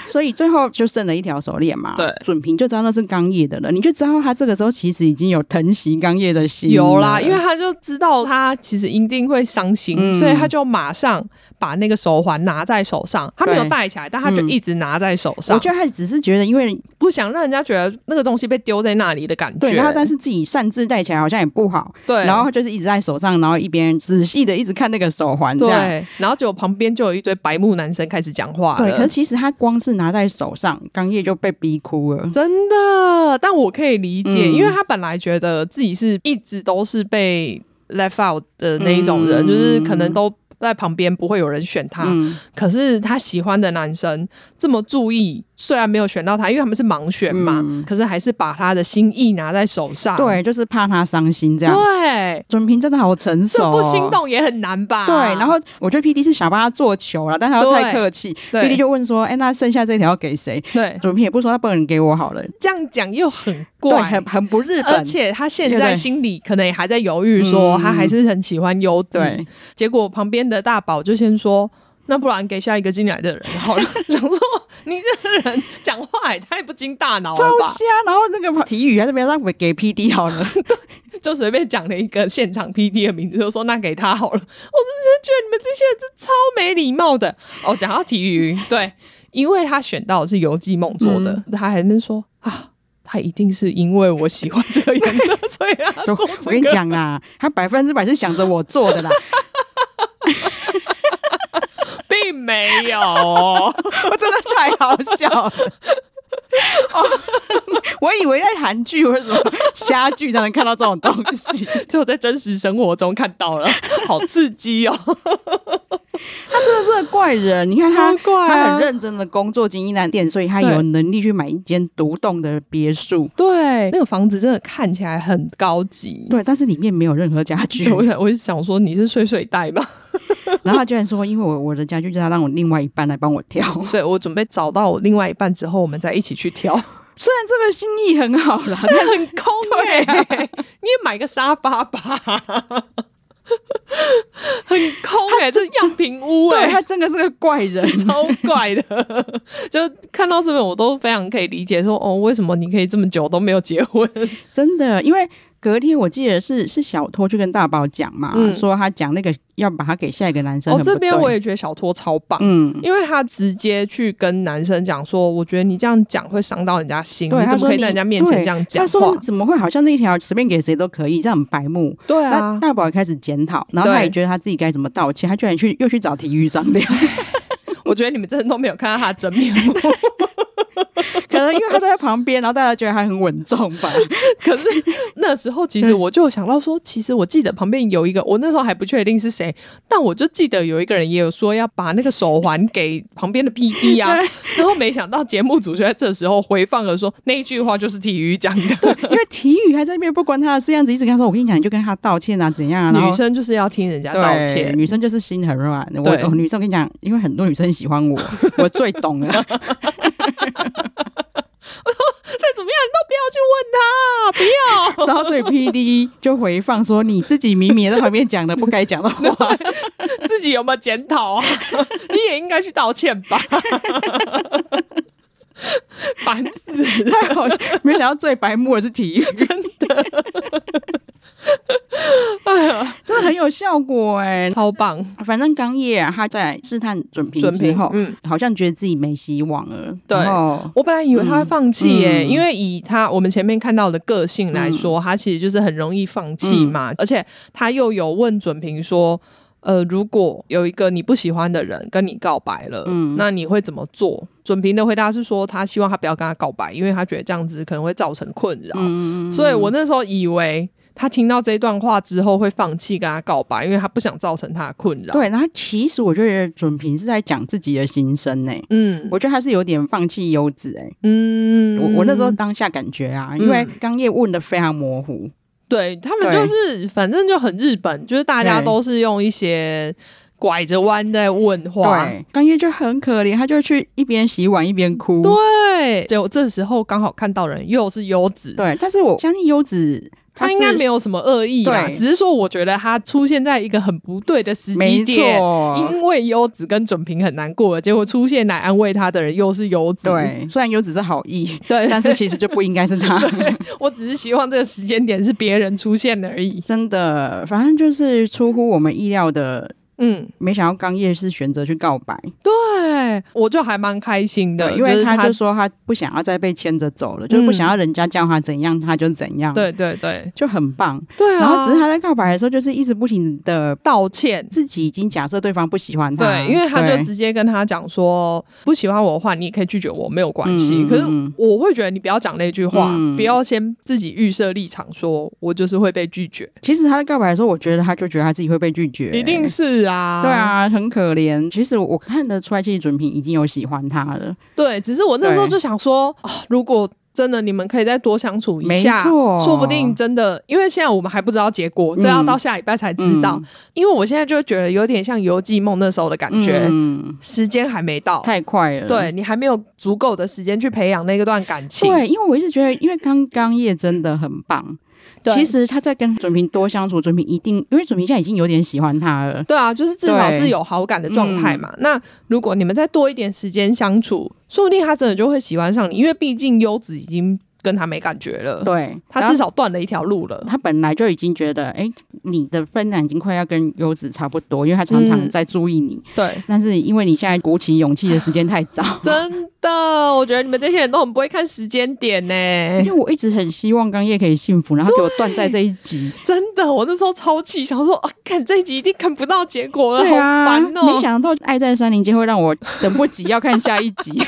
[SPEAKER 2] 所以最后就剩了一条手链嘛。
[SPEAKER 1] 对
[SPEAKER 2] 准平就知道那是刚叶的了，你就知道他这个时候其实已经有疼惜刚叶的心了
[SPEAKER 1] 有啦，因为他就知道他其实一定会伤心，
[SPEAKER 2] 嗯
[SPEAKER 1] 所以他就马上把那个手环拿在手上。他没有
[SPEAKER 2] 对
[SPEAKER 1] 戴起来，但他就
[SPEAKER 2] 嗯
[SPEAKER 1] 一直拿在手上。
[SPEAKER 2] 我觉得他只是觉得，因为
[SPEAKER 1] 不想让人家觉得那个东西被丢在那里的感觉。
[SPEAKER 2] 对，然后但
[SPEAKER 1] 是
[SPEAKER 2] 是自己擅自戴起来好像也不好，
[SPEAKER 1] 对，
[SPEAKER 2] 然后他就是一直在手上，然后一边仔细的一直看那个手环，这样。
[SPEAKER 1] 对，然后结果旁边就有一堆白目男生开始讲话
[SPEAKER 2] 对，可是
[SPEAKER 1] 了。
[SPEAKER 2] 其实他光是拿在手上，刚叶就被逼哭了。
[SPEAKER 1] 真的，但我可以理解，
[SPEAKER 2] 嗯
[SPEAKER 1] 因为他本来觉得自己是一直都是被 left out 的那一种人，
[SPEAKER 2] 嗯
[SPEAKER 1] 就是可能都在旁边不会有人选他。
[SPEAKER 2] 嗯，
[SPEAKER 1] 可是他喜欢的男生这么注意，虽然没有选到他，因为他们是盲选嘛，
[SPEAKER 2] 嗯
[SPEAKER 1] 可是还是把他的心意拿在手上。
[SPEAKER 2] 对，就是怕他伤心这样。
[SPEAKER 1] 啊对，啊
[SPEAKER 2] 准平真的好成熟、
[SPEAKER 1] 这
[SPEAKER 2] 哦，
[SPEAKER 1] 不心动啊也很难吧？
[SPEAKER 2] 对，然后我觉得 P D 是想帮他做球了，但他又太客气
[SPEAKER 1] 对
[SPEAKER 2] ，P D 就问说：“哎、那剩下这条要给谁
[SPEAKER 1] 对？”，准
[SPEAKER 2] 准平也不说，那不能给我好了，
[SPEAKER 1] 这样讲又很
[SPEAKER 2] 对，
[SPEAKER 1] 怪
[SPEAKER 2] 很。很不日
[SPEAKER 1] 而
[SPEAKER 2] 本，
[SPEAKER 1] 且他现
[SPEAKER 2] 对
[SPEAKER 1] 在
[SPEAKER 2] 对
[SPEAKER 1] 心里可能也还在犹豫，说
[SPEAKER 2] 嗯
[SPEAKER 1] 他还是很喜欢优子。
[SPEAKER 2] 对，
[SPEAKER 1] 结果旁边的大宝就先说：“那不然给下一个进来的人好了。” 想说你这个人讲话也太不经大脑
[SPEAKER 2] 超
[SPEAKER 1] 了吧？
[SPEAKER 2] 瞎。然后那个体育还是没有让我给 P D 好了，
[SPEAKER 1] 就随便讲了一个现场 P D 的名字，就说那给他好了。我真的是觉得你们这些人真超没礼貌的。哦，讲到体育，对，因为他选到的是游记梦做的，
[SPEAKER 2] 嗯
[SPEAKER 1] 他还在那边说啊。他一定是因为我喜欢这个颜色，所以 他
[SPEAKER 2] 就
[SPEAKER 1] 做
[SPEAKER 2] 我
[SPEAKER 1] 这
[SPEAKER 2] 跟你
[SPEAKER 1] 个。
[SPEAKER 2] 讲啦，他百分之百是想着我做 的啦，
[SPEAKER 1] 并没有，
[SPEAKER 2] 我真的太好笑了。哦， 我以为在韩剧或者什么瞎剧才能看到这种东西，
[SPEAKER 1] 就在真实生活中看到了，好刺激 哦！
[SPEAKER 2] 他真的是个怪人。你看他
[SPEAKER 1] 超怪啊
[SPEAKER 2] 他很认真的工作经营蓝店，所以他
[SPEAKER 1] 对
[SPEAKER 2] 有能力去买一间独栋的别墅。
[SPEAKER 1] 对，那个房子真的看起来很高级。
[SPEAKER 2] 对，但是里面没有任何家具
[SPEAKER 1] 对，。我想，我是想说你是睡睡袋吧，
[SPEAKER 2] 然后他居然说，因为我我的家具就是要让我另外一半来帮我挑。
[SPEAKER 1] 所以我准备找到我另外一半之后，我们再一起去挑。
[SPEAKER 2] 虽然这个心意很好啦，但
[SPEAKER 1] 很欸空
[SPEAKER 2] 啊
[SPEAKER 1] 哎、你也买个沙发吧，很很空哎、这样品屋哎、
[SPEAKER 2] 对他真的是个怪人，
[SPEAKER 1] 超怪的，就看到这边我都非常可以理解说哦，为什么你可以这么久都没有结婚？
[SPEAKER 2] 真的，因为隔天我记得是是小托去跟大宝讲嘛，
[SPEAKER 1] 嗯
[SPEAKER 2] 说他讲那个要把他给下一个男生
[SPEAKER 1] 哦
[SPEAKER 2] 很，不对，
[SPEAKER 1] 这边我也觉得小托超棒，
[SPEAKER 2] 嗯，
[SPEAKER 1] 因为他直接去跟男生讲说，我觉得你这样讲会伤到人家心，
[SPEAKER 2] 对，
[SPEAKER 1] 你
[SPEAKER 2] 他
[SPEAKER 1] 怎么
[SPEAKER 2] 说
[SPEAKER 1] 可
[SPEAKER 2] 你
[SPEAKER 1] 以在人家面前这样
[SPEAKER 2] 对他
[SPEAKER 1] 讲
[SPEAKER 2] 说
[SPEAKER 1] 话
[SPEAKER 2] 你？怎么会好像那条随便给谁都可以，这样很白目。
[SPEAKER 1] 对
[SPEAKER 2] 那
[SPEAKER 1] 啊，
[SPEAKER 2] 大宝也开始检讨，然后他
[SPEAKER 1] 对
[SPEAKER 2] 也觉得他自己该怎么道歉，他居然去又去找体育商 量，
[SPEAKER 1] 我觉得你们真的都没有看到他的真面目，
[SPEAKER 2] 可能因为他都在旁边，然后大家觉得他很稳重吧。
[SPEAKER 1] 可是那时候其实
[SPEAKER 2] 嗯
[SPEAKER 1] 我就有想到说，其实我记得旁边有一个，我那时候还不确定是谁，但我就记得有一个人也有说要把那个手环给旁边的 PD 啊，然后没想到节目组就在这时候回放了说那一句话就是体育讲 的，
[SPEAKER 2] 因为体育还在那边不关他的事，样子一直跟他说：“我跟你讲，你就跟他道歉啊，怎样啊？”然后
[SPEAKER 1] 女生就是要听人家
[SPEAKER 2] 对
[SPEAKER 1] 道歉，
[SPEAKER 2] 女生就是心很软。我
[SPEAKER 1] 对
[SPEAKER 2] 我女生我跟你讲，因为很多女生喜欢我，我最懂了。
[SPEAKER 1] 再怎么样你都不要去问他，不要。
[SPEAKER 2] 然后所以 P D 就回放说：“你自己明明也在旁边讲了不该讲的话。
[SPEAKER 1] 自己有没有检 讨啊？你也应该去道歉吧。烦死！”
[SPEAKER 2] 太好笑，没想到最白目的是体育，真的。
[SPEAKER 1] 哎
[SPEAKER 2] 真的很有效果哎、
[SPEAKER 1] 超棒，
[SPEAKER 2] 反正刚业、啊、他在试探准评之后，
[SPEAKER 1] 嗯。
[SPEAKER 2] 好像觉得自己没希望了。
[SPEAKER 1] 对
[SPEAKER 2] 然后
[SPEAKER 1] 我本来以为他会放弃耶、
[SPEAKER 2] 嗯嗯
[SPEAKER 1] 因为以他我们前面看到的个性来说，他其实就是很容易放弃
[SPEAKER 2] 嗯
[SPEAKER 1] 嘛、而且他又有问准平说，呃，如果有一个你不喜欢的人跟你告白了，
[SPEAKER 2] 嗯
[SPEAKER 1] 那你会怎么做？准平的回答是说，他希望他不要跟他告白，因为他觉得这样子可能会造成困扰、
[SPEAKER 2] 嗯，
[SPEAKER 1] 所以我那时候以为他听到这一段话之后会放弃跟他告白，因为他不想造成他的困扰。
[SPEAKER 2] 对，然后其实我觉得准平是在讲自己的心声欸呢、
[SPEAKER 1] 嗯
[SPEAKER 2] 我觉得他是有点放弃优子哎、
[SPEAKER 1] 嗯
[SPEAKER 2] 我我那时候当下感觉啊，因为刚叶问的非常模糊，
[SPEAKER 1] 对他们
[SPEAKER 2] 对
[SPEAKER 1] 就是反正就很日本，就是大家
[SPEAKER 2] 对
[SPEAKER 1] 都是用一些拐着弯在问话。
[SPEAKER 2] 对，刚叶就很可怜，他就去一边洗碗一边哭，
[SPEAKER 1] 对，结果这时候刚好看到人又是优子，
[SPEAKER 2] 对，但是我相信优子
[SPEAKER 1] 他
[SPEAKER 2] 是
[SPEAKER 1] 应该没有什么恶意啦，
[SPEAKER 2] 对
[SPEAKER 1] 只是说我觉得他出现在一个很不对的时机
[SPEAKER 2] 没
[SPEAKER 1] 点，
[SPEAKER 2] 错，
[SPEAKER 1] 因为优子跟准平很难过，结果出现来安慰他的人又是优子。
[SPEAKER 2] 对，虽然优子是好意，
[SPEAKER 1] 嗯对，
[SPEAKER 2] 但是其实就不应该是 他。
[SPEAKER 1] 我只是希望这个时间点是别人出现而已。
[SPEAKER 2] 真的，反正就是出乎我们意料的，
[SPEAKER 1] 嗯，
[SPEAKER 2] 没想到刚叶是选择去告白，
[SPEAKER 1] 对，我就还蛮开心的，
[SPEAKER 2] 对，因为
[SPEAKER 1] 是
[SPEAKER 2] 他
[SPEAKER 1] 他嗯
[SPEAKER 2] 就说他不想要再被牵着走了，就是不想要人家叫他怎样他就怎样，，
[SPEAKER 1] 对对对
[SPEAKER 2] 就很棒。
[SPEAKER 1] 对啊，
[SPEAKER 2] 然后只是他在告白的时候，就是一直不停的
[SPEAKER 1] 道歉。
[SPEAKER 2] 自己已经假设对方不喜欢他，
[SPEAKER 1] 对，因为他就
[SPEAKER 2] 对
[SPEAKER 1] 直接跟他讲说，不喜欢我的话，你也可以拒绝我，没有关系。
[SPEAKER 2] 嗯嗯
[SPEAKER 1] 可是
[SPEAKER 2] 嗯
[SPEAKER 1] 我会觉得你不要讲那句话，
[SPEAKER 2] 嗯
[SPEAKER 1] 不要先自己预设立场说，我就是会被拒绝，
[SPEAKER 2] 其实他在告白的时候，我觉得他就觉得他自己会被拒绝，
[SPEAKER 1] 一定是啊，
[SPEAKER 2] 对，啊，很可怜。其实我看得出来，其实准平已经有喜欢他了，
[SPEAKER 1] 对。只是我那时候
[SPEAKER 2] 对
[SPEAKER 1] 就想说，啊，如果真的你们可以再多相处一
[SPEAKER 2] 没
[SPEAKER 1] 下，
[SPEAKER 2] 错
[SPEAKER 1] 说不定真的，因为现在我们还不知道结果，
[SPEAKER 2] 嗯
[SPEAKER 1] 这要到下礼拜才知道。
[SPEAKER 2] 嗯
[SPEAKER 1] 因为我现在就觉得有点像游记梦那时候的感觉，
[SPEAKER 2] 嗯、
[SPEAKER 1] 时间还没到，
[SPEAKER 2] 太快了，
[SPEAKER 1] 对你还没有足够的时间去培养那个段感情。
[SPEAKER 2] 对，因为我一直觉得，因为刚刚叶真的很棒。
[SPEAKER 1] 对
[SPEAKER 2] 其实他在跟准平多相处，准平一定，因为准平现在已经有点喜欢他了。
[SPEAKER 1] 对啊，就是至少
[SPEAKER 2] 对
[SPEAKER 1] 是有好感的状态嘛。那如果你们再多一点时间相处，说不定他真的就会喜欢上你，因为毕竟优子已经跟他没感觉了，
[SPEAKER 2] 对，
[SPEAKER 1] 呃他
[SPEAKER 2] 然后
[SPEAKER 1] 至少断了一条路了。
[SPEAKER 2] 他本来就已经觉得，哎，你的分量已经快要跟优子差不多，因为他常常
[SPEAKER 1] 嗯
[SPEAKER 2] 在注意你。
[SPEAKER 1] 对，
[SPEAKER 2] 但是因为你现在鼓起勇气的时间太 早，
[SPEAKER 1] 真的，我觉得你们这些人都很不会看时间点呢、
[SPEAKER 2] 因为我一直很希望刚叶可以幸福，然后给我断在这一集。
[SPEAKER 1] 真的，我那时候超气，想说啊，看这一集一定看不到结果了，
[SPEAKER 2] 对啊，
[SPEAKER 1] 好烦哦、
[SPEAKER 2] 没想到《爱在山林间》会让我等不及要看下一 集。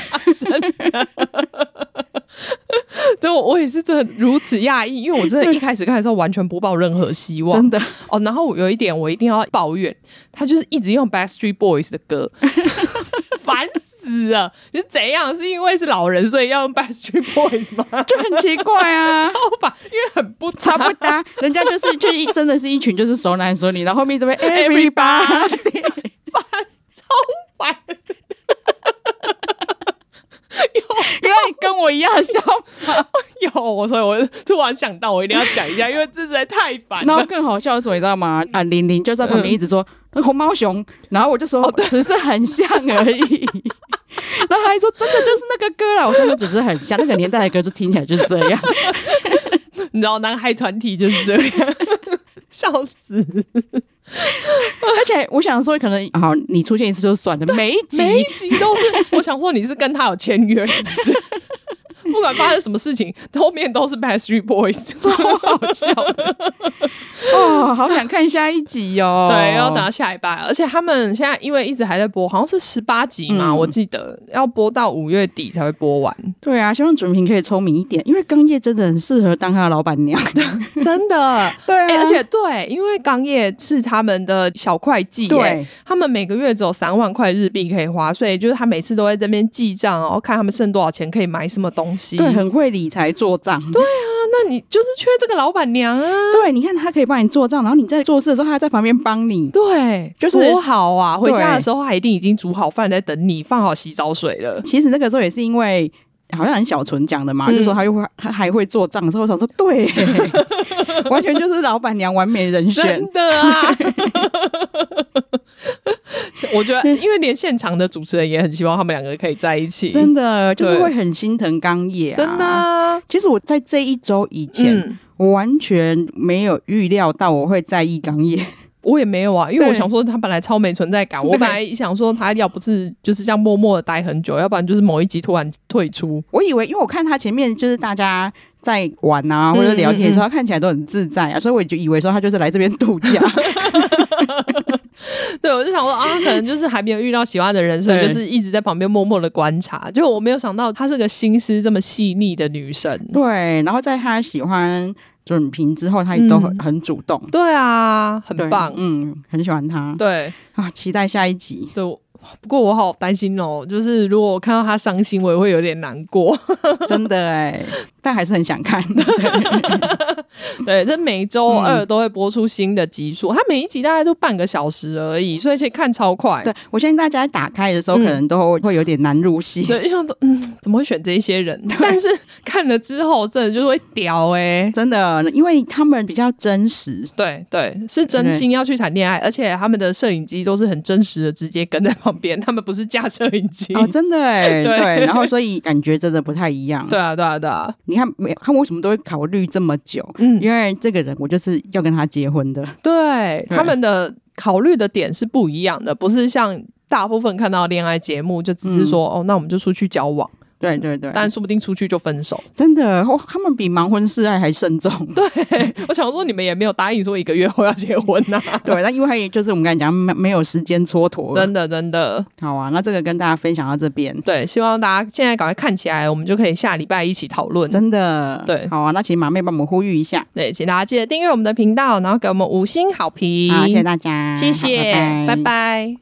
[SPEAKER 1] 对，我我也是真的如此讶异，因为我真的一开始看的时候完全不抱任何希望，
[SPEAKER 2] 真的，
[SPEAKER 1] 哦，然后我有一点我一定要抱怨，他就是一直用 Backstreet Boys 的歌， 烦死了！你是怎样？是因为是老人所以要用 Backstreet Boys 吗？
[SPEAKER 2] 就很奇怪啊，
[SPEAKER 1] 好吧，因为很不
[SPEAKER 2] 差
[SPEAKER 1] 差
[SPEAKER 2] 不搭。人家就是就一真的是一群就是熟男熟女，然后后面这边 everybody，
[SPEAKER 1] 白。
[SPEAKER 2] 因为你跟我一样的想法，
[SPEAKER 1] 有，所以哦我突然想到，我一定要讲一下，因为这实在太烦
[SPEAKER 2] 然后
[SPEAKER 1] 了。
[SPEAKER 2] 更好笑的是什么，你知道
[SPEAKER 1] 嗯
[SPEAKER 2] 吗？啊，玲玲就在旁边一直说、那红毛熊，然后我就说、
[SPEAKER 1] 哦
[SPEAKER 2] 只是很像而已。 然后还说真的就是那个歌啦，我说那只是很像，那个年代的歌就听起来就是这样。
[SPEAKER 1] 你知道，男孩团体就是这样， 笑死！
[SPEAKER 2] 而且我想说，可能好你出现一次就 算了，每一集
[SPEAKER 1] 每一集都是，我想说你是跟他有签约，是不是？ 不管发生什么事情，后面都是 Backstreet Boys。
[SPEAKER 2] 超好笑的哦，好想看下一集哦。
[SPEAKER 1] 对，要等到下礼拜，而且他们现在因为一直还在播，好像是十八集嘛，
[SPEAKER 2] 嗯
[SPEAKER 1] 我记得要播到五月底才会播完，
[SPEAKER 2] 对啊，希望准平可以聪明一点，因为刚叶真的很适合当他的老板娘。
[SPEAKER 1] 真的。
[SPEAKER 2] 对
[SPEAKER 1] 哎、而且 对，因为刚业是他们的小会计、
[SPEAKER 2] 对，
[SPEAKER 1] 他们每个月只有三万块日币可以花，所以就是他每次都在这边记账，然后看他们剩多少钱可以买什么东西。
[SPEAKER 2] 对，
[SPEAKER 1] 啊，
[SPEAKER 2] 很会理财做账。
[SPEAKER 1] 那你就是缺这个老板娘啊。
[SPEAKER 2] 对，你看他可以帮你做账，然后你在做事的时候，他还在旁边帮你。
[SPEAKER 1] 对，
[SPEAKER 2] 就是
[SPEAKER 1] 多好啊！回家的
[SPEAKER 2] 对
[SPEAKER 1] 时候，他一定已经煮好饭在等你，放好洗澡水了。
[SPEAKER 2] 其实那个时候也是因为。好像很小纯讲的嘛，
[SPEAKER 1] 嗯
[SPEAKER 2] 就说他又会他还会做账，所以我想说， 对，完全就是老板娘完美人选。
[SPEAKER 1] 真的 啊！我觉得，因为连现场的主持人也很希望他们两个可以在一起，
[SPEAKER 2] 真的就是
[SPEAKER 1] 对
[SPEAKER 2] 会很心疼刚叶、啊，
[SPEAKER 1] 真的啊。
[SPEAKER 2] 其实我在这一周以前，
[SPEAKER 1] 嗯，
[SPEAKER 2] 我完全没有预料到我会在意刚叶。
[SPEAKER 1] 我也没有啊，因为
[SPEAKER 2] 对
[SPEAKER 1] 我想说他本来超没存在感，我
[SPEAKER 2] 对
[SPEAKER 1] 本来想说他要不是就是这样默默的待很久，要不然就是某一集突然退出。
[SPEAKER 2] 我以为，因为我看他前面就是大家在玩
[SPEAKER 1] 嗯
[SPEAKER 2] 啊，或者聊天的时候，他看起来都很自在啊，所以我就以为说他就是来这边度 假。
[SPEAKER 1] 对，我就想说啊，可能就是还没有遇到喜欢的人，所以
[SPEAKER 2] 对
[SPEAKER 1] 就是一直在旁边默默的观察。就我没有想到她是个心思这么细腻的女生。
[SPEAKER 2] 对，然后在他喜欢准平之后，他也都很、
[SPEAKER 1] 嗯
[SPEAKER 2] 很主动，
[SPEAKER 1] 对啊，很
[SPEAKER 2] 对
[SPEAKER 1] 棒。
[SPEAKER 2] 嗯，很喜欢他
[SPEAKER 1] 对
[SPEAKER 2] 啊，期待下一 集。
[SPEAKER 1] 对，我不过我好担心哦，就是如果我看到她伤心，我也会有点难过。
[SPEAKER 2] 真的哎、但还是很想看。对
[SPEAKER 1] 对，这每周二都会播出新的集数，它每一集大概都半个小时而已，所以其实看超快。
[SPEAKER 2] 对，我相信大家打开的时候，
[SPEAKER 1] 嗯
[SPEAKER 2] 可能都会有点难入戏。
[SPEAKER 1] 对，就想说，嗯，怎么会选这些人？但是看了之后，真的就是会屌哎、
[SPEAKER 2] 真的，因为他们比较真实，
[SPEAKER 1] 对对，是真心要去谈恋爱，而且他们的摄影机都是很真实的，直接跟在旁边，他们不是架摄影机。
[SPEAKER 2] 哦，真的哎，
[SPEAKER 1] 嗯 对
[SPEAKER 2] 对，然后所以感觉真的不太一样。
[SPEAKER 1] 对，啊，对啊，对啊，
[SPEAKER 2] 你看，没他为什么都会考虑这么久？
[SPEAKER 1] 嗯，
[SPEAKER 2] 因为这个人，我就是要跟他结婚的。
[SPEAKER 1] 对，
[SPEAKER 2] 对
[SPEAKER 1] 他们的考虑的点是不一样的，不是像大部分看到恋爱节目就只是说、哦，那我们就出去交往，
[SPEAKER 2] 对对嗯对，
[SPEAKER 1] 但说不定出去就分手。
[SPEAKER 2] 真的，哦，他们比盲婚试爱还慎重。对
[SPEAKER 1] 我想说，你们也没有答应说一个月后要结婚呐、
[SPEAKER 2] 对，那因为他也就是我们刚才讲，没没有时间蹉跎。
[SPEAKER 1] 真的，真的，
[SPEAKER 2] 好啊，那这个跟大家分享到这边，
[SPEAKER 1] 对，希望大家现在赶快看起来，我们就可以下礼拜一起讨论。
[SPEAKER 2] 真的
[SPEAKER 1] 对
[SPEAKER 2] 好啊，那请马妹帮我们呼吁一下。
[SPEAKER 1] 对，请大家记
[SPEAKER 2] 啊
[SPEAKER 1] 得订阅我们的频道，然后给我们五星好评。
[SPEAKER 2] 好，谢谢大家，
[SPEAKER 1] 谢谢，
[SPEAKER 2] 好拜拜
[SPEAKER 1] 拜拜